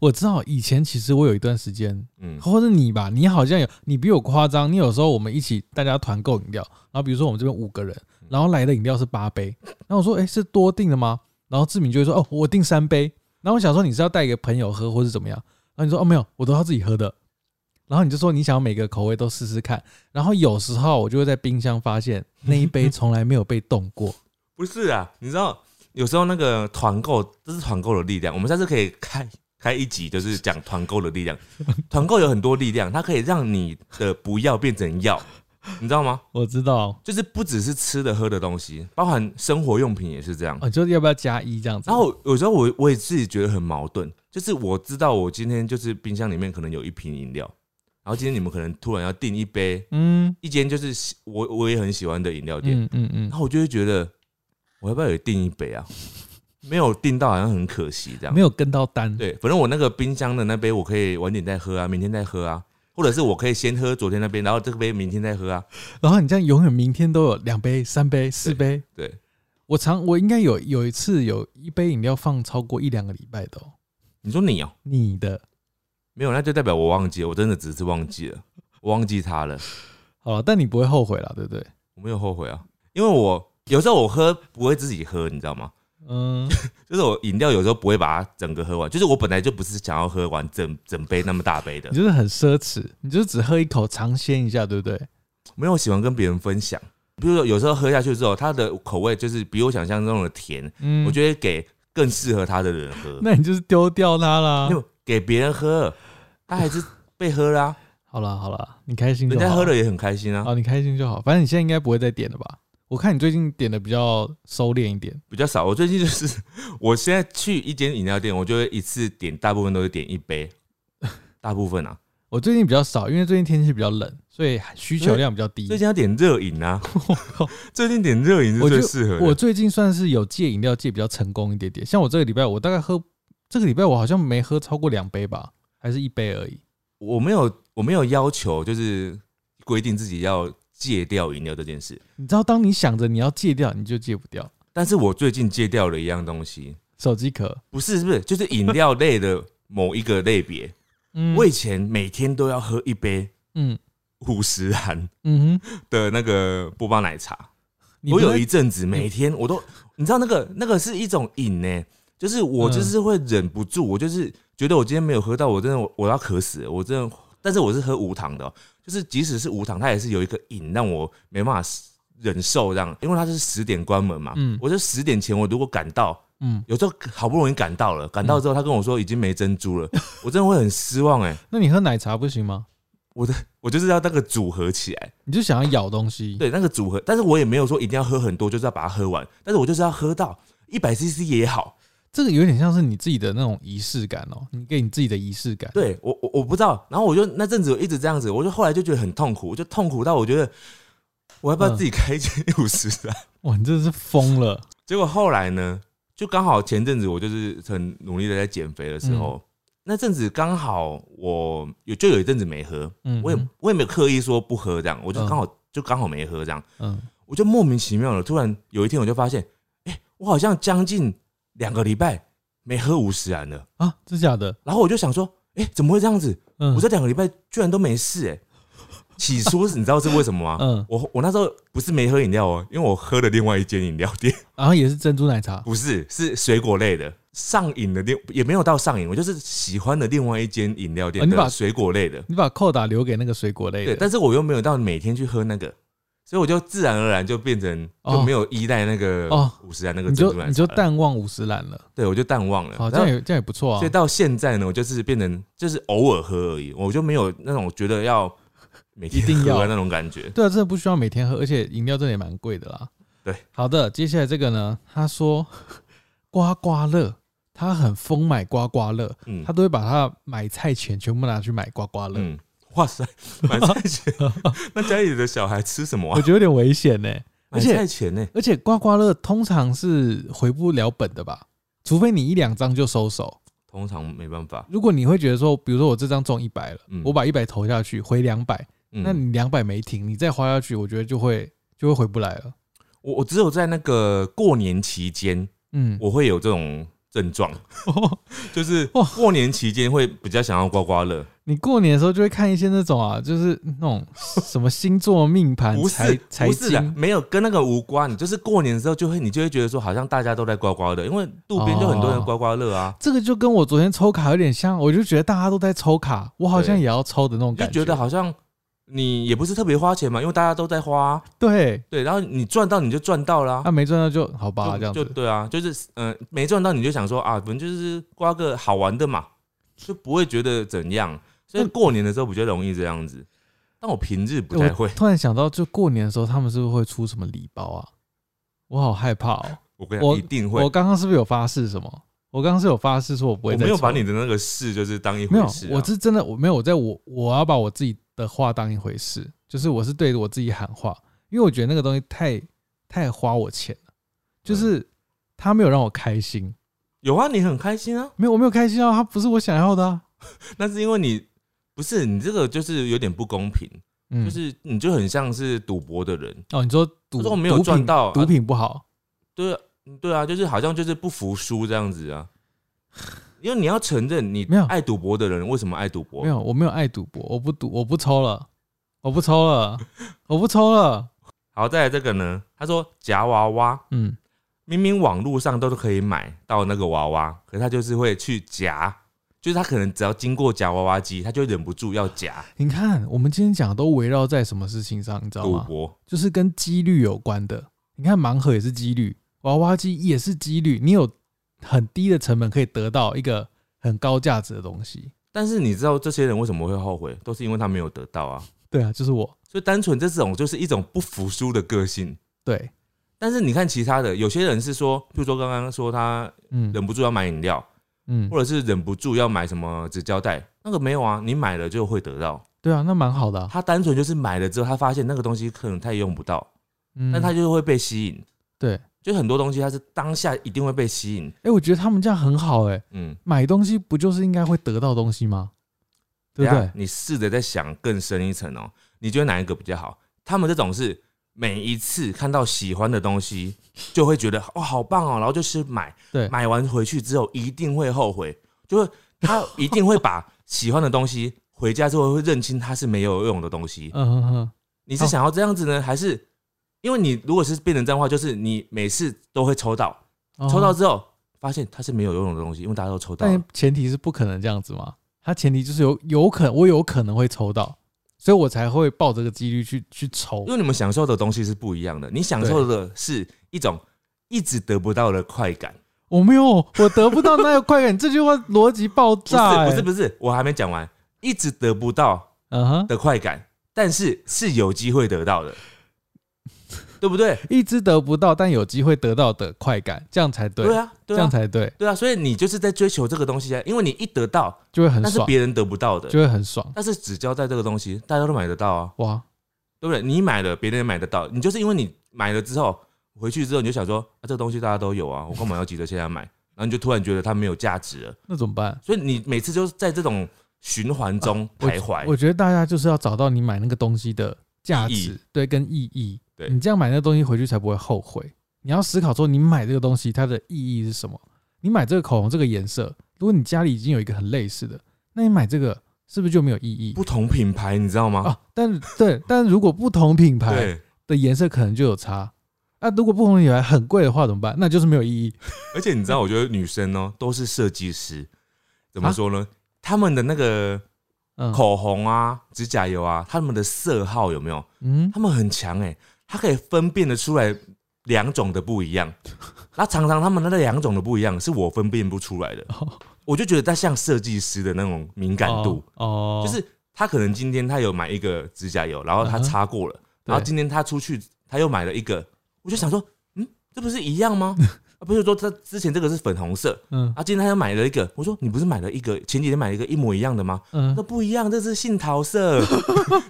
S1: 我知道以前其实我有一段时间，
S2: 嗯，
S1: 或者你吧，你好像有，你比我夸张。你有时候我们一起大家团购饮料，然后比如说我们这边五个人，
S2: 嗯
S1: 然后来的饮料是八杯，然后我说，哎、是多订的吗？然后志明就会说，哦，我订三杯。然后我想说你是要带给朋友喝，或是怎么样？然后你说，哦，没有，我都要自己喝的。然后你就说你想要每个口味都试试看。然后有时候我就会在冰箱发现那一杯从来没有被动过。
S2: 不是啊，你知道有时候那个团购，这是团购的力量。我们下次可以开开一集，就是讲团购的力量。团购有很多力量，它可以让你的不要变成要，你知道吗？
S1: 我知道，
S2: 就是不只是吃的喝的东西，包含生活用品也是这样。
S1: 啊，就是要不要加一这样子？
S2: 然后有时候我我也自己觉得很矛盾，就是我知道我今天就是冰箱里面可能有一瓶饮料，然后今天你们可能突然要订一杯，
S1: 嗯
S2: 一间就是喜我我也很喜欢的饮料店，
S1: 嗯嗯嗯
S2: 然，后我就会觉得我要不要也订一杯啊？ *laughs* 没有订到好像很可惜这样
S1: 没。有跟到单。
S2: 对，反正我那个冰箱的那杯我可以晚点再喝啊，明天再喝啊，或者是我可以先喝昨天那杯，然后这个杯明天再喝啊。
S1: 然后你这样永远明天都有两杯、三杯、四杯。
S2: 对，
S1: 我常我应该有有一次有一杯饮料放超过一两个礼拜的、哦，
S2: 你说你哦、
S1: 你的
S2: 没有，那就代表我忘记了，我真的只是忘记了，我忘记它了。
S1: 好了，但你不会后悔啦，对不对？
S2: 我没有后悔啊，因为我有时候我喝不会自己喝，你知道吗？ *laughs*
S1: 嗯，
S2: 就是我饮料有时候不会把它整个喝完，就是我本来就不是想要喝完整整杯那么大杯的
S1: 你，就是很奢侈，你就是只喝一口尝鲜一下，对不对？
S2: 没有我喜欢跟别人分享。比如说有时候喝下去之后，它的口味就是比我想象中的甜，
S1: 嗯，
S2: 我
S1: 得
S2: 就会给更适合他的人喝，
S1: 那你就是丢掉它啦
S2: 因。为给别人喝，他还是被喝啦、
S1: 好啦好啦，你开心
S2: 人
S1: 就好。
S2: 家喝了也很开心啊，
S1: 好，你开心就好。反正你现在应该不会再点了吧？我看你最近点的比较收敛一点，
S2: 比较少。我最近就是， *laughs* 我现在去一间饮料店，我就会一次点，大部分都是点
S1: *laughs*
S2: 一杯，大部分啊，
S1: 我最近比较少，因为最近天气比较冷，所以需求量比较低。
S2: 最近要点热饮
S1: *laughs*
S2: 啊，
S1: 我靠，
S2: 最近点热饮是
S1: 我
S2: 最
S1: 就
S2: 适合
S1: 我
S2: 的。
S1: 最近算是有戒饮料戒比较成功一点点，像我这个礼拜，我大概喝这个礼拜我好像没喝超过两杯吧，还是一杯而已。
S2: 我没有我没有要求，就是规定自己要戒掉饮料这件事，
S1: 你知道，当你想着你要戒掉，你就戒不掉。
S2: 但是我最近戒掉了一样东西，
S1: 手机壳，
S2: 不是不是，就是饮料类的某一个类别。
S1: 嗯
S2: 我以前每天都要喝一杯
S1: 嗯
S2: 五十含
S1: 嗯哼，
S2: 的那个波霸奶茶，
S1: 你
S2: 我
S1: 不
S2: 有
S1: 会
S2: 一阵子每天我都，你知道那个那个是一种瘾呢、就是我
S1: 嗯
S2: 就是会忍不住，我就是觉得我今天没有喝到，我真的我我要渴死了，我真的但是我是喝无糖的哦、就是即使是无糖，它也是有一个瘾让我没办法忍受这样，因为它是十点关门嘛，
S1: 嗯
S2: 我就十点前我如果赶到，
S1: 嗯，
S2: 有时候好不容易赶到了，赶到之后他跟我说已经没珍珠了，我真的会很失望哎、
S1: 那你喝奶茶不行吗？
S2: 我就是要那个组合起来，
S1: 你就想要咬东西，，
S2: 对那个组合，但是我也没有说一定要喝很多，就是要把它喝完，但是我就是要喝到一百 CC 也好，
S1: 这个有点像是你自己的那种仪式感哦，你给你自己的仪式感。，
S2: 对我我我不知道，然后我就那阵子我一直这样子，我就后来就觉得很痛苦，我就痛苦到我觉得我要不要
S1: 嗯
S2: 自己开一间 *laughs* 五十啊？
S1: 哇，你真的是疯
S2: *laughs*
S1: 了，
S2: 结果后来呢，就刚好前阵子我就是很努力的在减肥的时候，那阵子刚好我有就有一阵子没喝，
S1: 嗯，
S2: 我也我也没有刻意说不喝这样，我就
S1: 嗯
S2: 刚好、就刚好没喝这样，
S1: 嗯，
S2: 我就莫名其妙的突然有一天我就发现，哎、我好像将近两个礼拜没喝五十安了，
S1: 啊，真假的？
S2: 然后我就想说，哎、怎么会这样子？
S1: 嗯，
S2: 我这两个礼拜居然都没事哎、起初你知道是为什么吗？
S1: 嗯，
S2: 我我那时候不是没喝饮料哦，因为我喝了另外一间饮料
S1: *laughs*
S2: 店，
S1: 然后也是珍珠奶茶，
S2: 不是是水果类的，上瘾的另也没有到上瘾，我就是喜欢的另外一间饮料
S1: 啊
S2: 店
S1: 你把
S2: 的水果类的，
S1: 你把扣打留给那个水果类的，
S2: 对，但是我又没有到每天去喝那个，所以我就自然而然就变成
S1: 哦
S2: 就没有依赖那个
S1: 哦
S2: 五十啊那个
S1: 你
S2: 珍珠奶
S1: 就
S2: 茶
S1: 你就
S2: 了
S1: 淡忘五十岚了，
S2: 对我就淡忘了，
S1: 好，这
S2: 然后
S1: 样也这样也不错啊
S2: 所以。到现在呢，我就是变成就是偶尔喝而已，我就没有那种觉得要每天
S1: 一定要
S2: 喝的那种感觉。
S1: 对啊，真的不需要每天喝，而且饮料真的也蛮贵的啦。
S2: 对，
S1: 好的，接下来这个呢，他说刮刮乐，他很疯买刮刮乐，
S2: 嗯
S1: 他都会把他买菜钱全部拿去买刮刮乐，
S2: 嗯，
S1: *laughs*
S2: 哇塞，买菜钱，那家里的小孩吃什么
S1: 我
S2: 啊？
S1: 觉得有点危险呢、
S2: 买
S1: 而且
S2: 菜钱呢、
S1: 而且刮刮乐通常是回不了本的吧，除非你一两张就收手。
S2: 通常没办法。
S1: 如果你会觉得说，比如说我这张中一百了，
S2: 嗯
S1: 我把一百投下去回两百，
S2: 嗯，
S1: 那你两百没停，你再花下去，我觉得就会就会回不来了。
S2: 我我只有在那个过年期间，
S1: 嗯，
S2: 我会有这种症状，就是
S1: 哦哇
S2: 过年期间会比较想要刮刮乐。
S1: 你过年的时候就会看一些那种啊，就是那种什么星座命盘、
S2: 不
S1: 财
S2: 是，
S1: 财
S2: 不是的，
S1: 经，
S2: 没有跟那个无关。就是过年的时候，就会你就会觉得说，好像大家都在刮刮乐，因为路边就很
S1: 哦
S2: 多人刮刮乐啊，
S1: 这个就跟我昨天抽卡有点像，我就觉得大家都在抽卡，我好像
S2: 对
S1: 也要抽的那种
S2: 你就
S1: 感
S2: 觉得好像你也不是特别花钱嘛，因为大家都在花啊、
S1: 对，
S2: 对，然后你赚到你就赚到啦、
S1: 啊没赚到就好吧，这
S2: 就
S1: 样
S2: 就
S1: 子。
S2: 对啊，就是嗯、呃没赚到你就想说啊，反正就是刮个好玩的嘛，就不会觉得怎样。所以
S1: 那
S2: 过年的时候比较容易这样子，但我平日不太
S1: 我
S2: 会。
S1: 突然想到，就过年的时候，他们是不是会出什么礼包啊？我好害怕哦！
S2: 我跟你讲，
S1: 我
S2: 一定会。
S1: 我
S2: 我
S1: 刚刚是不是有发誓什么？我刚刚是有发誓说我不会再抽。
S2: 没有把你的那个事就是当一
S1: 没
S2: 回
S1: 有
S2: 事、啊，
S1: 我是真的我没有我在我我要把我自己的话当一回事，就是我是对着我自己喊话，因为我觉得那个东西太太花我钱了，就是他没有让我开心，
S2: 有啊，你很开心啊，
S1: 没有我没有开心啊，他不是我想要的啊，
S2: 那是因为你不是你这个就是有点不公平，
S1: 嗯，
S2: 就是你就很像是赌博的人，
S1: 哦，你说
S2: 我
S1: 赌
S2: 说我没有
S1: 毒品
S2: 赚到
S1: 毒
S2: 啊
S1: 品不好，
S2: 对啊，对啊，就是好像就是不服输这样子啊。因为你要承认，你
S1: 没有
S2: 爱赌博的人为什么爱赌博？
S1: 没有我没有爱赌博，我不赌，我不抽了，我不抽了，我不抽了，
S2: 好，再来这个呢，他说夹娃娃，
S1: 嗯，
S2: 明明网络上都是可以买到那个娃娃，可是他就是会去夹，就是他可能只要经过夹娃娃机，他就忍不住要夹
S1: 你看我们今天讲的都围绕在什么事情上，你知道
S2: 赌
S1: 吗？
S2: 博。
S1: 就是跟几率有关的。你看盲盒也是几率，娃娃机也是几率，你有很低的成本可以得到一个很高价值的东西。
S2: 但是你知道这些人为什么会后悔，都是因为他没有得到啊。
S1: 对啊，就是我。
S2: 所以单纯这种就是一种不服输的个性。
S1: 对，
S2: 但是你看其他的，有些人是说，譬如说刚刚说他
S1: 嗯
S2: 忍不住要买饮料，
S1: 嗯
S2: 或，者是忍不住要买什么纸胶带，那个没有啊，你买了就会得到。
S1: 对啊，那蛮好的、啊。
S2: 他单纯就是买了之后，他发现那个东西可能他也用不到，
S1: 嗯，
S2: 但他就会被吸引。
S1: 对，
S2: 就很多东西它是当下一定会被吸引。
S1: 哎、我觉得他们这样很好哎、
S2: 嗯，
S1: 买东西不就是应该会得到东西吗？对不
S2: 等一
S1: 对
S2: 下？你试着再想更深一层哦、你觉得哪一个比较好？他们这种是每一次看到喜欢的东西，就会觉得哦好棒哦、然后就是买，
S1: 对
S2: 买完回去之后一定会后悔，就是他一定会把喜欢的东西回家之后会认清它是没有用的东西。
S1: *laughs* 嗯哼哼，
S2: 你是想要这样子呢，还是因为你如果是变成这样的话，就是你每次都会抽到，哦
S1: 哦
S2: 抽到之后发现它是没有用的东西，因为大家都抽到了。
S1: 但前提是不可能这样子嘛。它前提就是有有可我有可能会抽到，所以我才会抱这个几率去去抽
S2: 因。为你们享受的东西是不一样的，你享受的是一种一直得不到的快感。
S1: 我没有，我得不到那个快感，这句话逻辑爆
S2: 不是
S1: 炸、欸
S2: 不是
S1: 是，
S2: 不是，我还没讲完，一直得不到
S1: 嗯哼，
S2: 的快感，但是是有机会得到的，对不对？
S1: 一直得不到但有机会得到的快感，这样 *laughs* 才对，
S2: 对啊，
S1: 这
S2: 对
S1: 样
S2: 啊，
S1: 才对，
S2: 对啊，所以你就是在追求这个东西啊，因为你一得到，
S1: 就会很
S2: 那是
S1: 爽，
S2: 别人得不到的
S1: 就。会很爽。
S2: 但是纸胶带这个东西，大家都买得到啊，
S1: 哇，
S2: 对不对？你买了，别人也买得到，你就是因为你买了之后，回去之后你就想说，啊，这个东西大家都有啊，我干嘛要急着现在买？然后你就突然觉得它没有价值了，
S1: 那怎么办？
S2: 所以你每次就是在这种循环中
S1: 啊我
S2: 徘徊。
S1: 我觉得大家就是要找到你买那个东西的价
S2: 意义
S1: 值，对，跟意义。
S2: 对
S1: 你这样买那个东西回去才不会后悔。你要思考说，你买这个东西它的意义是什么？你买这个口红这个颜色，如果你家里已经有一个很类似的，那你买这个是不是就没有意义
S2: 不同品牌，你知道吗？
S1: 啊？但对，但如果不同品牌
S2: 对，
S1: 的颜色可能就有差。那、如果不同品牌很贵的话怎么办？那就是没有意义。
S2: 而且你知道，我觉得女生哦、都是设计师，怎么说呢？
S1: 啊
S2: 她们的那个
S1: 嗯，
S2: 口红啊、指甲油啊，她们的色号有没有？
S1: 嗯，
S2: 她们很强哎、她可以分辨得出来两种的不
S1: *laughs*
S2: 一样。那常常她们那两种的不一样，是我分辨不出来的。
S1: 哦
S2: 我就觉得她像设计师的那种敏感度，
S1: 哦，
S2: 就是她可能今天她有买一个指甲油，然后她
S1: 嗯哼
S2: 擦过了，
S1: 对
S2: 然后今天她出去她又买了一个，我就想说，嗯，这不是一样
S1: *laughs*
S2: 吗？啊，不是说她之前这个是粉红色，
S1: 嗯
S2: 啊，今天他又买了一个，我说你不是买了一个，前几天买了一个一模一样的吗？
S1: 嗯
S2: 那，不一样，这是杏桃
S1: *laughs*
S2: 色，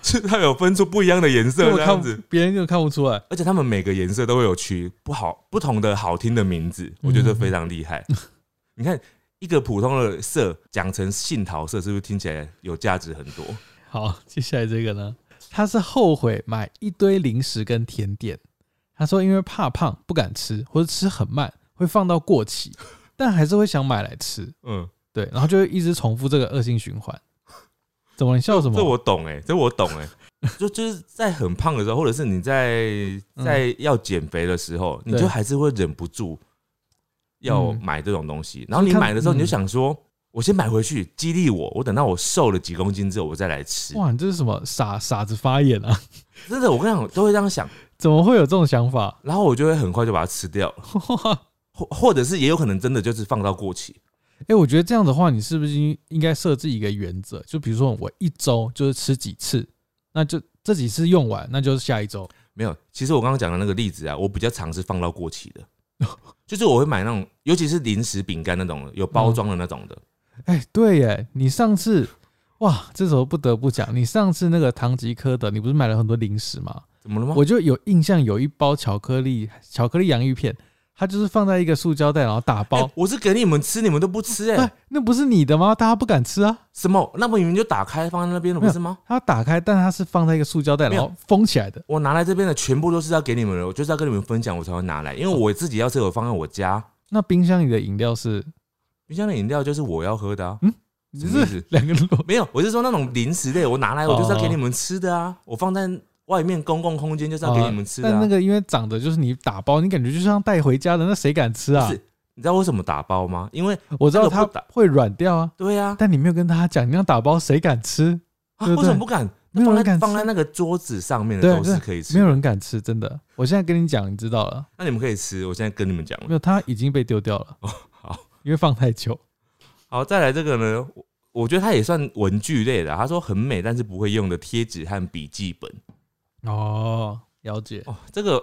S2: 是它有分出不一样的颜色
S1: 我
S2: 这样
S1: 看
S2: 子，
S1: 别人就看不出来。
S2: 而且他们每个颜色都会有取不好不同的好听的名字，我觉得这非常厉
S1: 嗯
S2: 害。 *laughs* 你看一个普通的色讲成杏桃色，是不是听起来有价值很多？
S1: 好，接下来这个呢，他是后悔买一堆零食跟甜点。他说因为怕胖不敢吃，或者吃很慢会放到过期，但还是会想买来吃。
S2: 嗯，
S1: 对，然后就会一直重复这个恶性循环。怎么你笑什
S2: 这
S1: 么？
S2: 我懂哎、这我懂哎、
S1: *laughs*
S2: 就就是在很胖的时候，或者是你在
S1: 嗯
S2: 在要减肥的时候，你
S1: 对
S2: 就还是会忍不住要
S1: 嗯
S2: 买这种东西。然后你
S1: 看
S2: 买的时候，
S1: 嗯
S2: 你就想说，我先买回去激励我，我等到我瘦了几公斤之后，我再来吃。
S1: 哇，你这是什么傻傻子发言啊？ *laughs*
S2: 真的，我跟你讲，我都会这样想，
S1: 怎么会有这种想法？
S2: 然后我就会很快就把它吃
S1: *laughs*
S2: 掉了，
S1: 哇，
S2: 或或者是也有可能真的就是放到过期。
S1: 哎、我觉得这样的话，你是不是应应该设置一个原则？就比如说我一周就是吃几次，那就这几次用完，那就是下一周。
S2: 没有，其实我刚刚讲的那个例子啊，我比较常是放到
S1: *laughs*
S2: 过期的。就是我会买那种，尤其是零食、饼干那种有包装的那种的，
S1: 哎，对耶，你上次哇，这时候不得不讲，你上次那个唐吉诃德，你不是买了很多零食吗？
S2: 怎么了吗？哎
S1: 我就有印象，有一包巧克力巧克力洋芋片，它就是放在一个塑胶袋，然后打
S2: 哎
S1: 包。
S2: 我是给你们吃，你们都不吃哎、
S1: 哎，那不是你的吗？大家不敢吃啊。
S2: 什么？那么你们就打开放在那边
S1: 没
S2: 了，不
S1: 有
S2: 是吗？
S1: 它打开，但它是放在一个塑胶袋，
S2: 没
S1: 然
S2: 有
S1: 后封起来的。
S2: 我拿来这边的全部都是要给你们的，我就是要跟你们分享，我才会拿来，因为我自己要是有放在我家
S1: 那冰箱里的饮料是，
S2: 冰箱的饮料，就是我要喝的啊。
S1: 你
S2: 什么意
S1: 是
S2: 思
S1: *laughs* 两个人
S2: 没有，我是说那种零食类，我拿来我就是要给你们吃的啊，我放在外面公共空间就是要给你们吃的、
S1: 哦但
S2: 啊
S1: 那。个因为长得就是你打包，你感觉就像带回家的，那谁敢吃啊
S2: 不？是你知道为什么打包吗？因为
S1: 我知
S2: 那
S1: 道
S2: 个
S1: 它
S2: 不打
S1: 会软掉啊，
S2: 对呀、
S1: 但你没有跟大家讲，你要打包，谁敢吃？
S2: 啊，
S1: 对对
S2: 为什么不敢？
S1: 没有人
S2: 放在
S1: 敢吃
S2: 放在那个桌子上面的
S1: 对
S2: 都是可以吃
S1: 没有
S2: 的。
S1: 人敢吃，真的。我现在跟你讲，你知道了，
S2: 那你们可以吃，我现在跟你们讲了
S1: 没。有，它已经被丢掉了。哦，
S2: 好，
S1: 因为放太久。
S2: 好，再来这个呢，我我觉得它也算文具类的啊。他说很美，但是不会用的贴纸和笔记本。
S1: 哦，了解。
S2: 哦，这个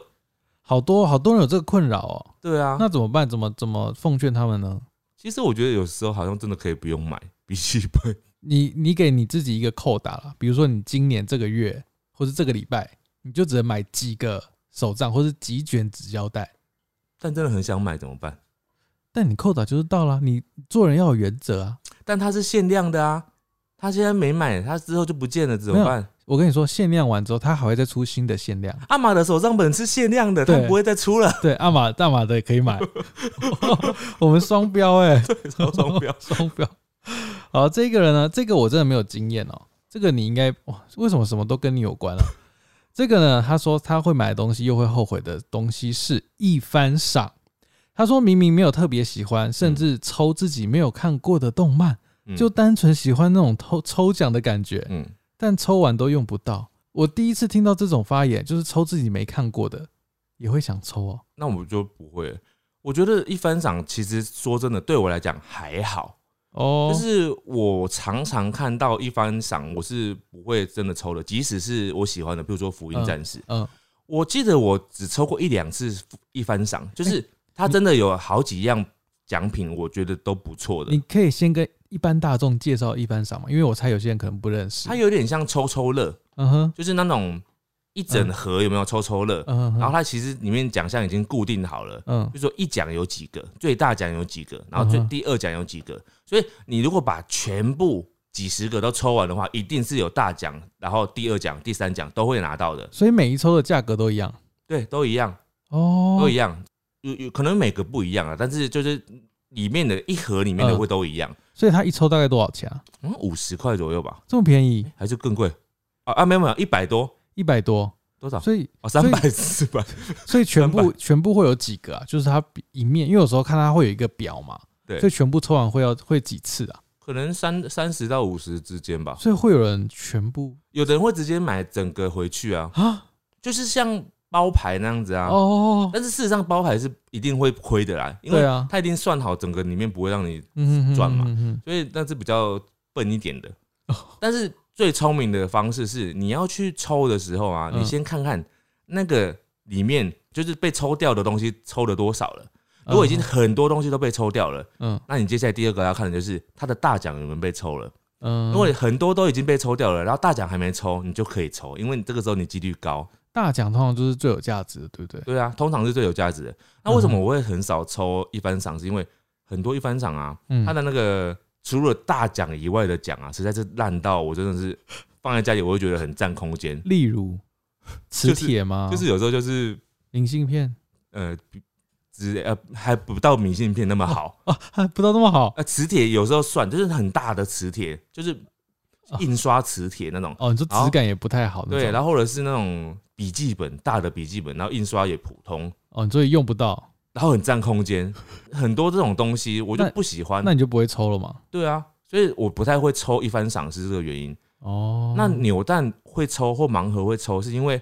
S1: 好多好多人有这个困扰哦，
S2: 对啊。
S1: 那怎么办？怎么怎么奉劝他们呢？
S2: 其实我觉得有时候好像真的可以不用买笔记本。
S1: 你你给你自己一个扣打了，比如说你今年这个月或是这个礼拜，你就只能买几个手账或是几卷纸胶带，
S2: 但真的很想买怎么办？
S1: 但你扣打就是到了，你做人要有原则啊。
S2: 但它是限量的啊，他现在没买，他之后就不见了，怎么办？
S1: 我跟你说，限量完之后，它还会再出新的限量。
S2: 阿玛的手账本是限量的，它
S1: 对
S2: 不会再
S1: *laughs*
S2: 出了。
S1: 对，阿玛大马的也可以买， *laughs* 我们双标哎、
S2: 手账表
S1: 双标。好，这个人呢，这个我真的没有经验哦。这个你应该哇，为什么什么都跟你有关啊？这个呢，他说他会买的东西又会后悔的东西是一番赏。他说明明没有特别喜欢，甚至抽自己没有看过的动漫，
S2: 嗯
S1: 就单纯喜欢那种抽抽奖的感觉，
S2: 嗯，
S1: 但抽完都用不到。我第一次听到这种发言，就是抽自己没看过的，也会想抽哦。
S2: 那我就不会了。我觉得一番赏其实说真的，对我来讲还好，
S1: 哦，
S2: 就是我常常看到一番赏，我是不会真的抽的，即使是我喜欢的，比如说《福音战士》
S1: 嗯，
S2: 我记得我只抽过一两次一番赏，就是
S1: 哎
S2: 它真的有好几样奖品，我觉得都不错的
S1: 你。可以先跟一般大众介绍一般赏嘛，因为我猜有些人可能不认识
S2: 它。有点像抽抽乐，
S1: 嗯哼，
S2: 就是那种一整盒有没有抽抽乐？
S1: 嗯哼，
S2: 然后它其实里面奖项已经固定好了，
S1: 嗯
S2: 就说一奖有几个，最大奖有几个，然后最
S1: 嗯哼
S2: 第二奖有几个。所以你如果把全部几十个都抽完的话，一定是有大奖，然后第二奖、第三奖都会拿到的。
S1: 所以每一抽的价格都一样
S2: 对，都一样，
S1: 哦，
S2: 都一样，有有可能每个不一样啊，但是就是里面的一盒里面的
S1: 嗯
S2: 会都一样，
S1: 所以它一抽大概多少钱啊？
S2: 嗯，五十块左右吧，
S1: 这么便宜，
S2: 还是更贵啊？啊，没有没有，一百多
S1: 一百多，
S2: 多少？
S1: 所以
S2: 哦，
S1: 所以
S2: 三百四百，
S1: 所以全部
S2: 三
S1: 全部会有几个啊？就是它一面，因为有时候看它会有一个表嘛，
S2: 对
S1: 所以全部抽完会要会几次啊？
S2: 可能三三十到五十之间吧。
S1: 所以会有人全部
S2: 有的人会直接买整个回去啊，
S1: 啊？
S2: 就是像包牌那样子啊。
S1: 哦，
S2: 但是事实上，包牌是一定会亏的啦，因为
S1: 对啊
S2: 他一定算好整个里面不会让你，
S1: 嗯
S2: 转嘛
S1: 嘛，
S2: 所以那是比较笨一点的
S1: 哦。
S2: 但是最聪明的方式是，你要去抽的时候啊，
S1: 嗯
S2: 你先看看那个里面就是被抽掉的东西抽了多少了。如果已经很多东西都被抽掉了，
S1: 嗯
S2: 那你接下来第二个要看的就是它的大奖有没有被抽了。
S1: 嗯，
S2: 如果很多都已经被抽掉了，然后大奖还没抽，你就可以抽，因为你这个时候你几率高。
S1: 大奖通常就是最有价值的，对不对？
S2: 对啊，通常是最有价值的。那为什
S1: 嗯
S2: 么
S1: 哼
S2: 我会很少抽一番赏？是因为很多一番赏啊，
S1: 嗯
S2: 它的那个除了大奖以外的奖啊，实在是烂到我真的是放在家里，我会觉得很占空间。
S1: 例如磁铁吗？
S2: 就是有时候就是
S1: 明信片
S2: 呃，比只呃还不到明信片那么好。
S1: 啊，还不知道那么好
S2: 呃，磁铁有时候算就是很大的磁铁，就是
S1: 啊
S2: 印刷磁铁那种。
S1: 哦。你说
S2: 好
S1: 质感也不太好那种，
S2: 对，然后或者是那种笔记本大的笔记本，然后印刷也普通，
S1: 哦，你所以用不到，
S2: 然后很占空间，很多这种东西我就
S1: 那
S2: 不喜欢
S1: 那。你就不会抽了嘛？
S2: 对啊，所以我不太会抽一番赏是这个原因。
S1: 哦，
S2: 那扭蛋会抽或盲盒会抽，是因为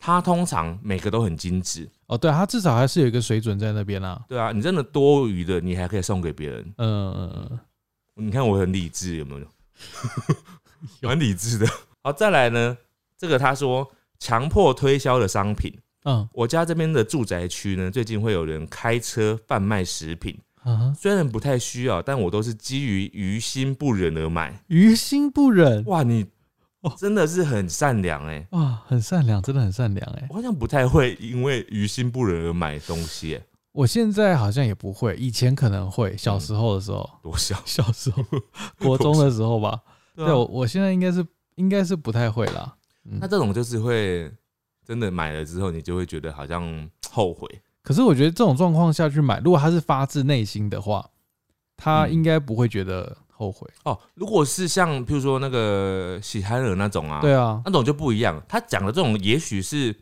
S2: 它通常每个都很精致。
S1: 哦，对啊，它至少还是有一个水准在那边啦。
S2: 对啊，你真的多余的你还可以送给别人。
S1: 嗯嗯嗯，
S2: 你看我很理智，有
S1: *laughs*
S2: 没有？蛮理智的。好，再来呢，这个他说强迫推销的商品。
S1: 嗯
S2: 我家这边的住宅区呢，最近会有人开车贩卖食品，
S1: 嗯哼，
S2: 虽然不太需要，但我都是基于于心不忍而买。
S1: 于心不忍，
S2: 哇，你
S1: 哦
S2: 真的是很善良哎、
S1: 哇，很善良，真的很善良哎、
S2: 我好像不太会因为于心不忍而买东西、欸，
S1: 我现在好像也不会，以前可能会，小时候的时候，
S2: 多笑。
S1: 小时候国中的时候吧。
S2: 对
S1: 对,、
S2: 啊
S1: 我我现在应该是应该是不太会啦。
S2: 那
S1: 嗯，
S2: 这种就是会真的买了之后，你就会觉得好像后悔。
S1: 可是我觉得这种状况下去买，如果他是发自内心的话，他
S2: 嗯
S1: 应该不会觉得后悔。
S2: 哦，如果是像譬如说那个喜憨儿那种啊，
S1: 对啊，
S2: 那种就不一样。他讲的这种也许是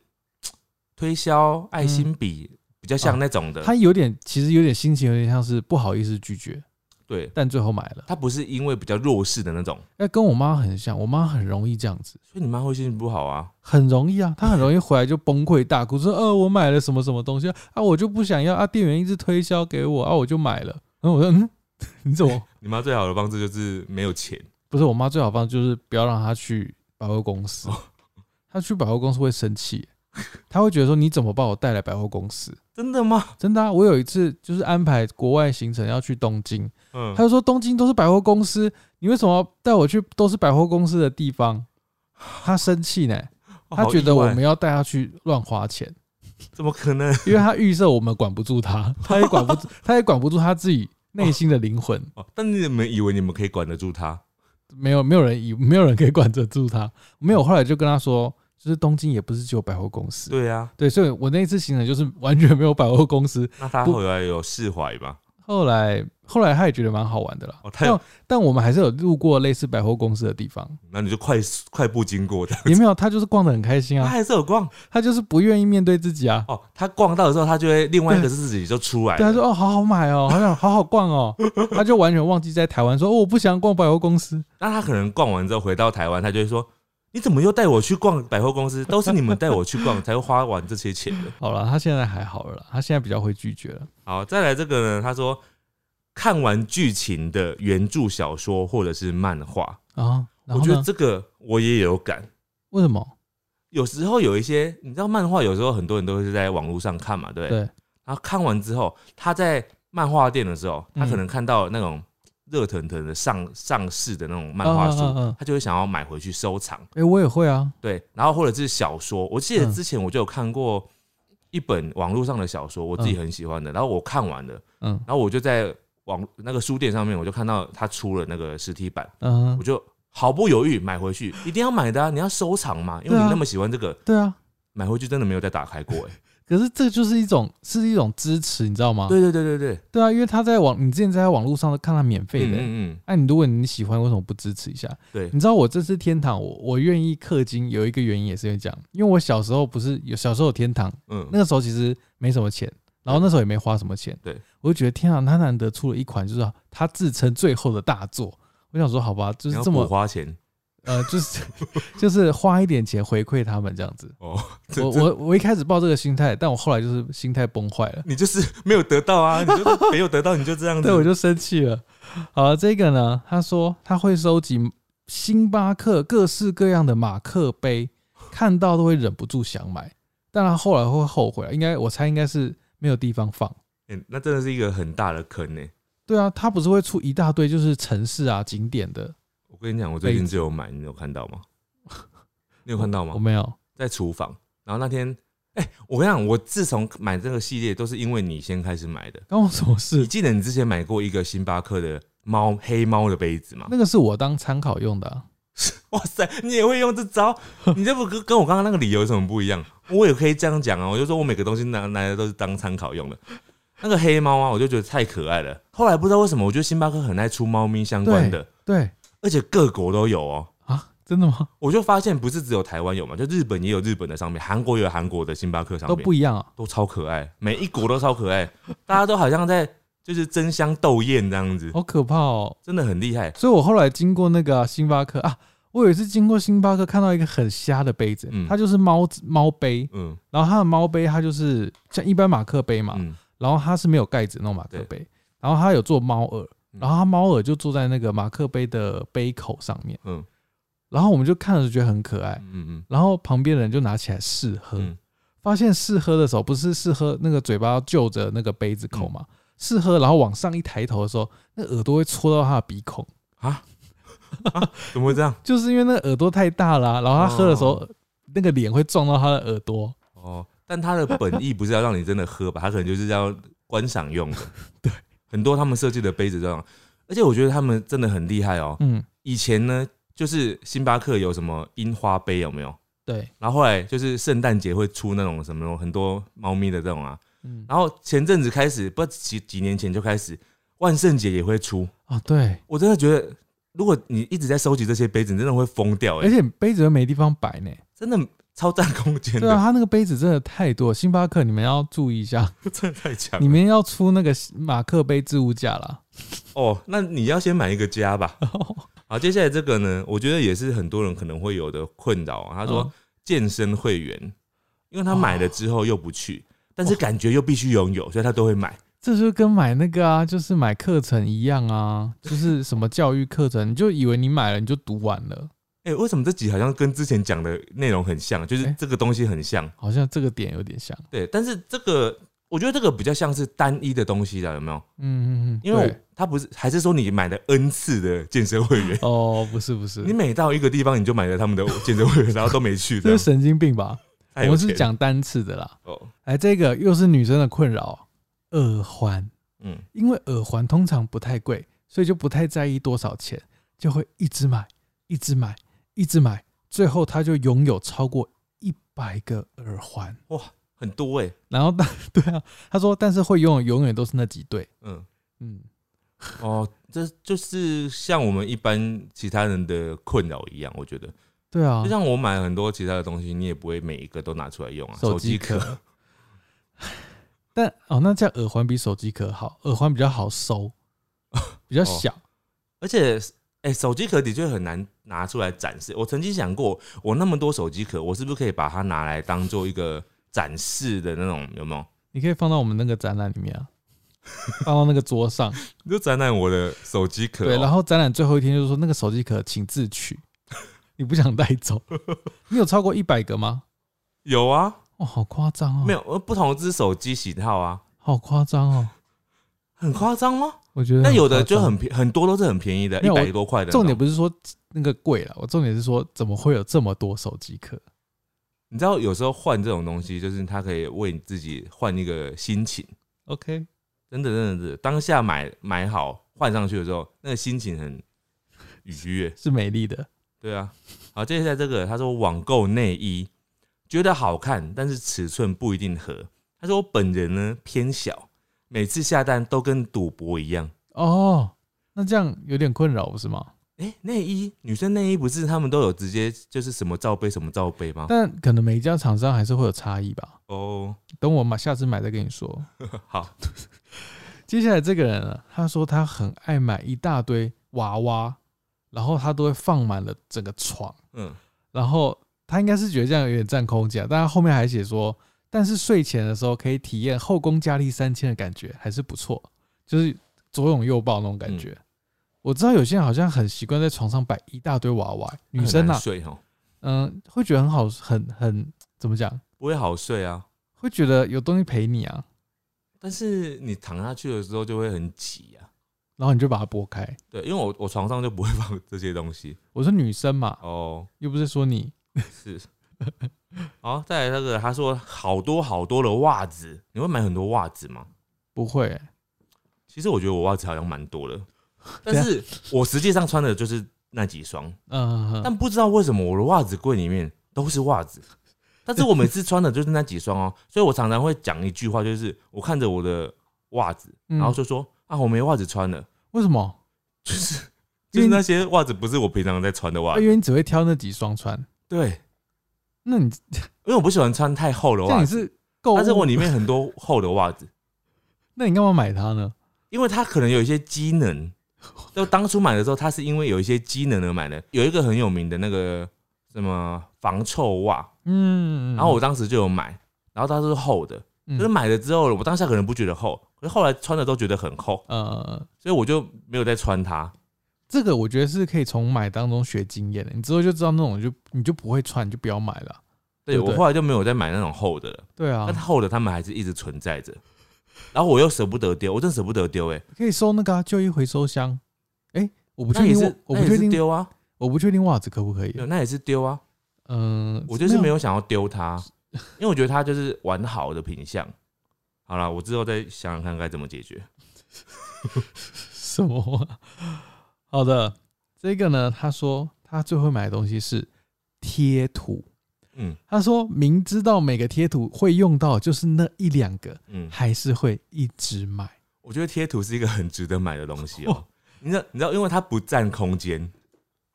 S2: 推销爱心笔，比较像那种的。
S1: 嗯哦他有点其实有点心情有点像是不好意思拒绝，
S2: 对，
S1: 但最后买了。
S2: 他不是因为比较弱势的那种，
S1: 哎，跟我妈很像，我妈很容易这样子。
S2: 所以你妈会心情不好啊。
S1: 很容易啊，她很容易回来就崩溃大哭，说：“呃，我买了什么什么东西啊，啊我就不想要啊，店员一直推销给我啊，我就买了。”然后我说：“嗯， *laughs* 你怎么
S2: 你妈最好的方式就是没有钱，
S1: 不是我妈最好方式就是不要让她去百货公司，她去百货公司会生气，她会觉得说你怎么把我带来百货公司？
S2: 真的吗？
S1: 真的啊，我有一次就是安排国外行程要去东京，
S2: 嗯
S1: 她，就说东京都是百货公司，你为什么要带我去都是百货公司的地方？她生气呢，
S2: 哦
S1: 她觉得我
S2: 没
S1: 们要带她去乱花钱，
S2: 怎么可能？
S1: 因为她预设我们管不住她，她也管不住，她也管不住她自己内心的灵魂。
S2: 哦，但你们以为你们可以管得住他？
S1: 没有没有人以没有人可以管得住他。没有，后来就跟他说，就是东京也不是只有百货公司，
S2: 对啊，
S1: 对，所以我那一次行程就是完全没有百货公司。
S2: 那他
S1: 不
S2: 后来有释怀吗？
S1: 后来后来他也觉得蛮好玩的啦。
S2: 哦他有
S1: 但但我们还是有路过类似百货公司的地
S2: *laughs*
S1: 方，
S2: 那你就快快步经过的，
S1: 也没有他就是逛得很开心
S2: 他 *laughs*
S1: 啊，
S2: 还是有逛
S1: 他就是不愿意面对自己啊。
S2: 哦。他逛到的时候，他就会另外一个自己就出来
S1: 对，他
S2: 了。
S1: 说哦，好好买哦，好想好好逛哦， *laughs* 他就完全忘记在台湾说哦，我不想逛百货公司。
S2: 那他可能逛完之后回到台湾，他就会说：“你怎么又带我去逛百
S1: *laughs*
S2: 货公司？都是你们带我去逛， *laughs* 才会花完这些钱的。
S1: 好了，他现在还好了啦，他现在比较会拒绝了。”
S2: 好，再来这个呢，他说看完剧情的原著小说或者是漫画，
S1: 啊。然后
S2: 我觉得
S1: 呢？
S2: 这个我也有感。
S1: 为什么？
S2: 有时候有一些，你知道漫画有时候很多人都是在网络上看嘛，对不对？
S1: 对，
S2: 然后看完之后，他在漫画店的时候，他
S1: 嗯
S2: 可能看到那种热腾腾的上上市的那种漫
S1: 嗯嗯
S2: 画
S1: 嗯
S2: 书
S1: 嗯，
S2: 他就会想要买回去收藏。
S1: 哎，我也会啊。
S2: 对，然后或者是小说，我记得
S1: 嗯
S2: 之前我就有看过一本网络上的小说，我自己很喜欢的，然后我看完了，
S1: 嗯
S2: 然后我就在网那个书店上面，我就看到他出了那个实体版，
S1: 嗯
S2: 我，就毫不犹豫买回去，一定要买的啊！你要收藏嘛，因为
S1: 对
S2: 你
S1: 啊
S2: 那么喜欢这个，
S1: 对啊。
S2: 买回去真的没有再打开过哎、
S1: 可是这就是一种是一种支持，你知道吗？
S2: 对对对对对，
S1: 对啊，因为他在网，你之前在网络上都看他免费
S2: 嗯
S1: 的、欸。
S2: 嗯嗯，
S1: 哎、你如果你喜欢，为什么不支持一下？
S2: 对
S1: 你知道我这次天堂，我我愿意氪金，有一个原因也是因为这样，因为我小时候不是有小时候有天堂，
S2: 嗯，
S1: 那个时候其实没什么钱，然后那时候也没花什么钱，
S2: 对，
S1: 我就觉得天啊堂他难得出了一款就是他自称最后的大作，我想说好吧，就
S2: 你
S1: 是
S2: 要
S1: 这
S2: 不
S1: 么
S2: 花钱
S1: 呃，就是 *laughs* 就是花一点钱回馈他们这样子。
S2: 哦， *laughs* 这
S1: 我
S2: 这
S1: 我我一开始抱这个心态，但我后来就是心态崩坏了。
S2: 你就是没有得
S1: *laughs*
S2: 到啊，你就是没有得到，你就这样子，
S1: 对，我就生气了。好，这个呢，他说他会收集星巴克各式各样的马克杯，看到都会忍不住想买，但他后来会后悔了。啊应该我猜应该是没有地方放。
S2: 欸那真的是一个很大的坑欸呢、
S1: 对啊，他不是会出一大堆就是城市啊景点的，
S2: 我跟你讲，我最近
S1: 杯子
S2: 就有买，你有看到吗？你有看到吗
S1: 我？没有。
S2: 在厨房，然后那天，哎、我跟你讲，我自从买这个系列都是因为你先开始买的。
S1: 关我什么
S2: 你
S1: 事？
S2: 记得你之前买过一个星巴克的猫黑猫的杯子吗
S1: 那？个是我当参考用的啊、
S2: 哇塞，你也会用这招？你这不跟跟我刚刚那个理由有什么不一样？我也可以这样讲啊，我就说我每个东西拿拿来都是当参考用的。那个黑猫啊，我就觉得太可爱了。后来不知道为什么，我觉得星巴克很爱出猫咪相关的，
S1: 对
S2: 而且各国都有哦。
S1: 啊，真的吗？
S2: 我就发现不是只有台湾有嘛，就日本也有日本的商品，韩国也有韩国的星巴克商
S1: 都
S2: 品，
S1: 不一样啊。
S2: 都超可爱，每一国都超可爱，大家都好像在就是争相斗艳这样子，
S1: 好可怕哦！
S2: 真的很厉害。
S1: 所以我后来经过那个啊、星巴克啊，我有一次经过星巴克，看到一个很瞎的杯子，
S2: 嗯
S1: 它就是猫猫杯，
S2: 嗯
S1: 然后它的猫杯它就是像一般马克杯嘛，
S2: 嗯，
S1: 然后它是没有盖子那种马克杯，然后它有做猫耳，
S2: 嗯
S1: 然后它猫耳就坐在那个马克杯的杯口上面，
S2: 嗯
S1: 然后我们就看了就觉得很可爱，
S2: 嗯嗯
S1: 然后旁边的人就拿起来试喝，
S2: 嗯
S1: 发现试喝的时候不是试喝那个嘴巴就着那个杯子口
S2: 嗯
S1: 嘛，试喝然后往上一抬头的时候，那耳朵会戳到他的鼻孔。
S2: 啊啊，怎么会这样？
S1: 就是因为那个耳朵太大了啊、然后他喝的时候，
S2: 哦
S1: 那个脸会撞到他的耳朵。
S2: 哦，但他的本意不是要让你真的喝吧，他可能就是要观赏用的。
S1: *laughs*
S2: 对，很多他们设计的杯子这样，而且我觉得他们真的很厉害哦。
S1: 嗯，
S2: 以前呢，就是星巴克有什么樱花杯有没有？
S1: 对，
S2: 然后后来就是圣诞节会出那种什么很多猫咪的这种啊，
S1: 嗯，
S2: 然后前阵子开始，不知道几几年前就开始，万圣节也会出。
S1: 啊，对，
S2: 我真的觉得，如果你一直在收集这些杯子，你真的会疯掉、欸，
S1: 而且杯子又没地方摆呢。
S2: 真的超占空间
S1: 对啊，
S2: 的，
S1: 他那个杯子真的太多了，星巴克你们要注意一下，
S2: *laughs* 真 *laughs* 的太强
S1: 你
S2: 了。
S1: 们要出那个马克杯置物架啦。
S2: 哦，那你要先买一个家
S1: *laughs*
S2: 吧。好，接下来这个呢，我觉得也是很多人可能会有的困扰、啊。他说
S1: 嗯
S2: 健身会员，因为他买了之后又不去，
S1: 哦
S2: 但是感觉又必须拥有，所以他都会买。
S1: 这就跟买那个啊，就是买课程一样啊，就是什么教育课程，你就以为你买了你就读完了，
S2: 哎、为什么这集好像跟之前讲的内容很像？就是
S1: 哎
S2: 这个东西很像。
S1: 好像这个点有点像。
S2: 对，但是这个我觉得这个比较像是单一的东西了，有没有？
S1: 嗯嗯嗯，
S2: 因为
S1: 对
S2: 我它不是，还是说你买了 N 次的健身
S1: *laughs*
S2: 会员，
S1: 哦，不是不是，
S2: 你每到一个地方你就买了他们的健身会员，然后都没
S1: *laughs*
S2: 去
S1: 这
S2: 的
S1: 是。神经病吧？
S2: 太
S1: 我
S2: 有
S1: 们
S2: 钱
S1: 是讲单次的啦。
S2: 哦，
S1: 哎，这个又是女生的困扰，耳环，
S2: 嗯，
S1: 因为耳环通常不太贵，所以就不太在意多少钱，就会一直买，一直买，一直买，最后她就拥有超过一百个耳环。
S2: 很多哎、
S1: *laughs* 然后，对啊，他说，但是会拥有永远都是那几对，
S2: 嗯，
S1: 嗯，
S2: 哦，这就是像我们一般其他人的困扰一样，我觉得，
S1: 对啊
S2: 就，像我买很多其他的东西，你也不会每一个都拿出来用啊，
S1: 手
S2: 手机
S1: 机壳
S2: 壳，
S1: *laughs* 但哦，那这样耳环比手机壳好，耳环比较好收，比较
S2: 哦
S1: 小。
S2: 而且。哎、手机壳的确很难拿出来展示。我曾经想过，我那么多手机壳，我是不是可以把它拿来当做一个展示的那种？有没有？
S1: 你可以放到我们那个展览里面啊，放到那个桌上。
S2: 你就展览我的手机壳、哦
S1: 对，然
S2: 后
S1: 后展览最后一天就是说那个手机壳请自
S2: *laughs*
S1: 取，你不想带走？你有超过一百个吗？
S2: 有啊，
S1: 哦，好夸张哦！
S2: 没有，呃不同只手机型号啊，
S1: 好夸张哦！
S2: 很夸张吗？
S1: 我觉得
S2: 但
S1: 很
S2: 有的
S1: 夸
S2: 就
S1: 张
S2: 很便，很多都是很便宜的，
S1: 没
S2: 一
S1: 有
S2: 百
S1: 我
S2: 多块的那种。
S1: 重点不是说那个贵了，我重点是说怎么会有这么多手机壳？
S2: 你知道，有时候换这种东西，就是它可以为你自己换一个心情，
S1: OK，
S2: 真的，真的是当下买买好换上去的时候，那个心情很愉悦。
S1: 是美丽的。
S2: 对啊，好，接下来这个他说网购内衣觉得好看，但是尺寸不一定合。他说我本人呢偏小，每次下单都跟赌博一样。
S1: 哦，那这样有点困扰，不是吗？
S2: 哎、内衣女生内衣不是他们都有直接就是什么罩杯什么罩杯吗？
S1: 但可能每一家厂商还是会有差异吧。
S2: 哦， *laughs*
S1: 等我买下次买再跟你说。
S2: 好，
S1: 接下来这个人呢，他说他很爱买一大堆娃娃，然后他都会放满了整个床，
S2: 嗯，
S1: 然后他应该是觉得这样有点占空间啊，但他后面还写说，但是睡前的时候可以体验后宫佳丽三千的感觉，还是不错，就是左拥右抱那种感觉。
S2: 嗯
S1: 我知道有些人好像很习惯在床上摆一大堆娃娃，女生
S2: 很
S1: 啊
S2: 难，睡哦，
S1: 嗯、会觉得很好，很很怎么讲，
S2: 不会好睡啊。
S1: 会觉得有东西陪你啊，
S2: 但是你躺下去的时候就会很挤啊。
S1: 然后你就把它拨开。
S2: 对，因为我我床上就不会放这些东西
S1: 我说女生嘛，
S2: 哦。
S1: 又不是说你，
S2: 是，好，再来那个他说好多好多的袜子，你会买很多袜子吗？
S1: 不会欸、
S2: 其实我觉得我袜子好像蛮多的，但是我实际上穿的就是那几双，
S1: 嗯、
S2: 但不知道为什么我的袜子柜里面都是袜子，但是我每次穿的就是那几双哦，所以我常常会讲一句话，就是我看着我的袜子，
S1: 嗯
S2: 然后就说、啊，我没袜子穿了，
S1: 为什么？
S2: *laughs* 就是
S1: 因
S2: 就
S1: 为
S2: 是
S1: 你哎
S2: 那些袜子不是我平常在穿的袜
S1: 因
S2: 子，
S1: 为你只会挑那几双穿，
S2: 对，
S1: 那你
S2: 因为我不喜欢穿太厚的
S1: 啊这
S2: 袜
S1: 样你
S2: 子，啊
S1: 是哦购物，
S2: 但是我里 *laughs* 面很多厚的袜子，
S1: 那你干嘛买它呢？
S2: 因为它可能有一些机能。就当初买的时候，它是因为有一些机能而买的。有一个很有名的那个什么防臭袜，
S1: 嗯，
S2: 然后我当时就有买，然后它是厚的，可是
S1: 嗯
S2: 买了之后，我当下可能不觉得厚，可是后来穿了都觉得很厚，
S1: 呃，
S2: 所以我就没有再穿它。
S1: 这个我觉得是可以从买当中学经验的，你之后就知道那种就你就不会穿，你就不要买了。
S2: 对
S1: 对对
S2: 我后来就没有再买那种厚的了，
S1: 对啊
S2: 但，厚的他们还是一直存在着。然后我又舍不得丢，我真舍不得丢哎，
S1: 可以收那个、啊、旧衣回收箱。哎、我不
S2: 那
S1: 确
S2: 也
S1: 定袜
S2: 是，
S1: 我不
S2: 那也
S1: 确
S2: 是
S1: 定，
S2: 丢啊，
S1: 我不确定袜子可不可以。
S2: 对那也是丢啊。
S1: 嗯，
S2: 我就是没有想要丢它，因为我觉得它就是完好的品相。好了，我之后再想想看该怎么解决。
S1: 什么 *laughs* 啊、好的，这个呢，他说他最会买的东西是贴图。
S2: 嗯
S1: 他说明知道每个贴图会用到就是那一两个，
S2: 嗯，
S1: 还是会一直买。
S2: 我觉得贴图是一个很值得买的东西哦、
S1: 哇
S2: 你知道，你知道，因为它不占空间。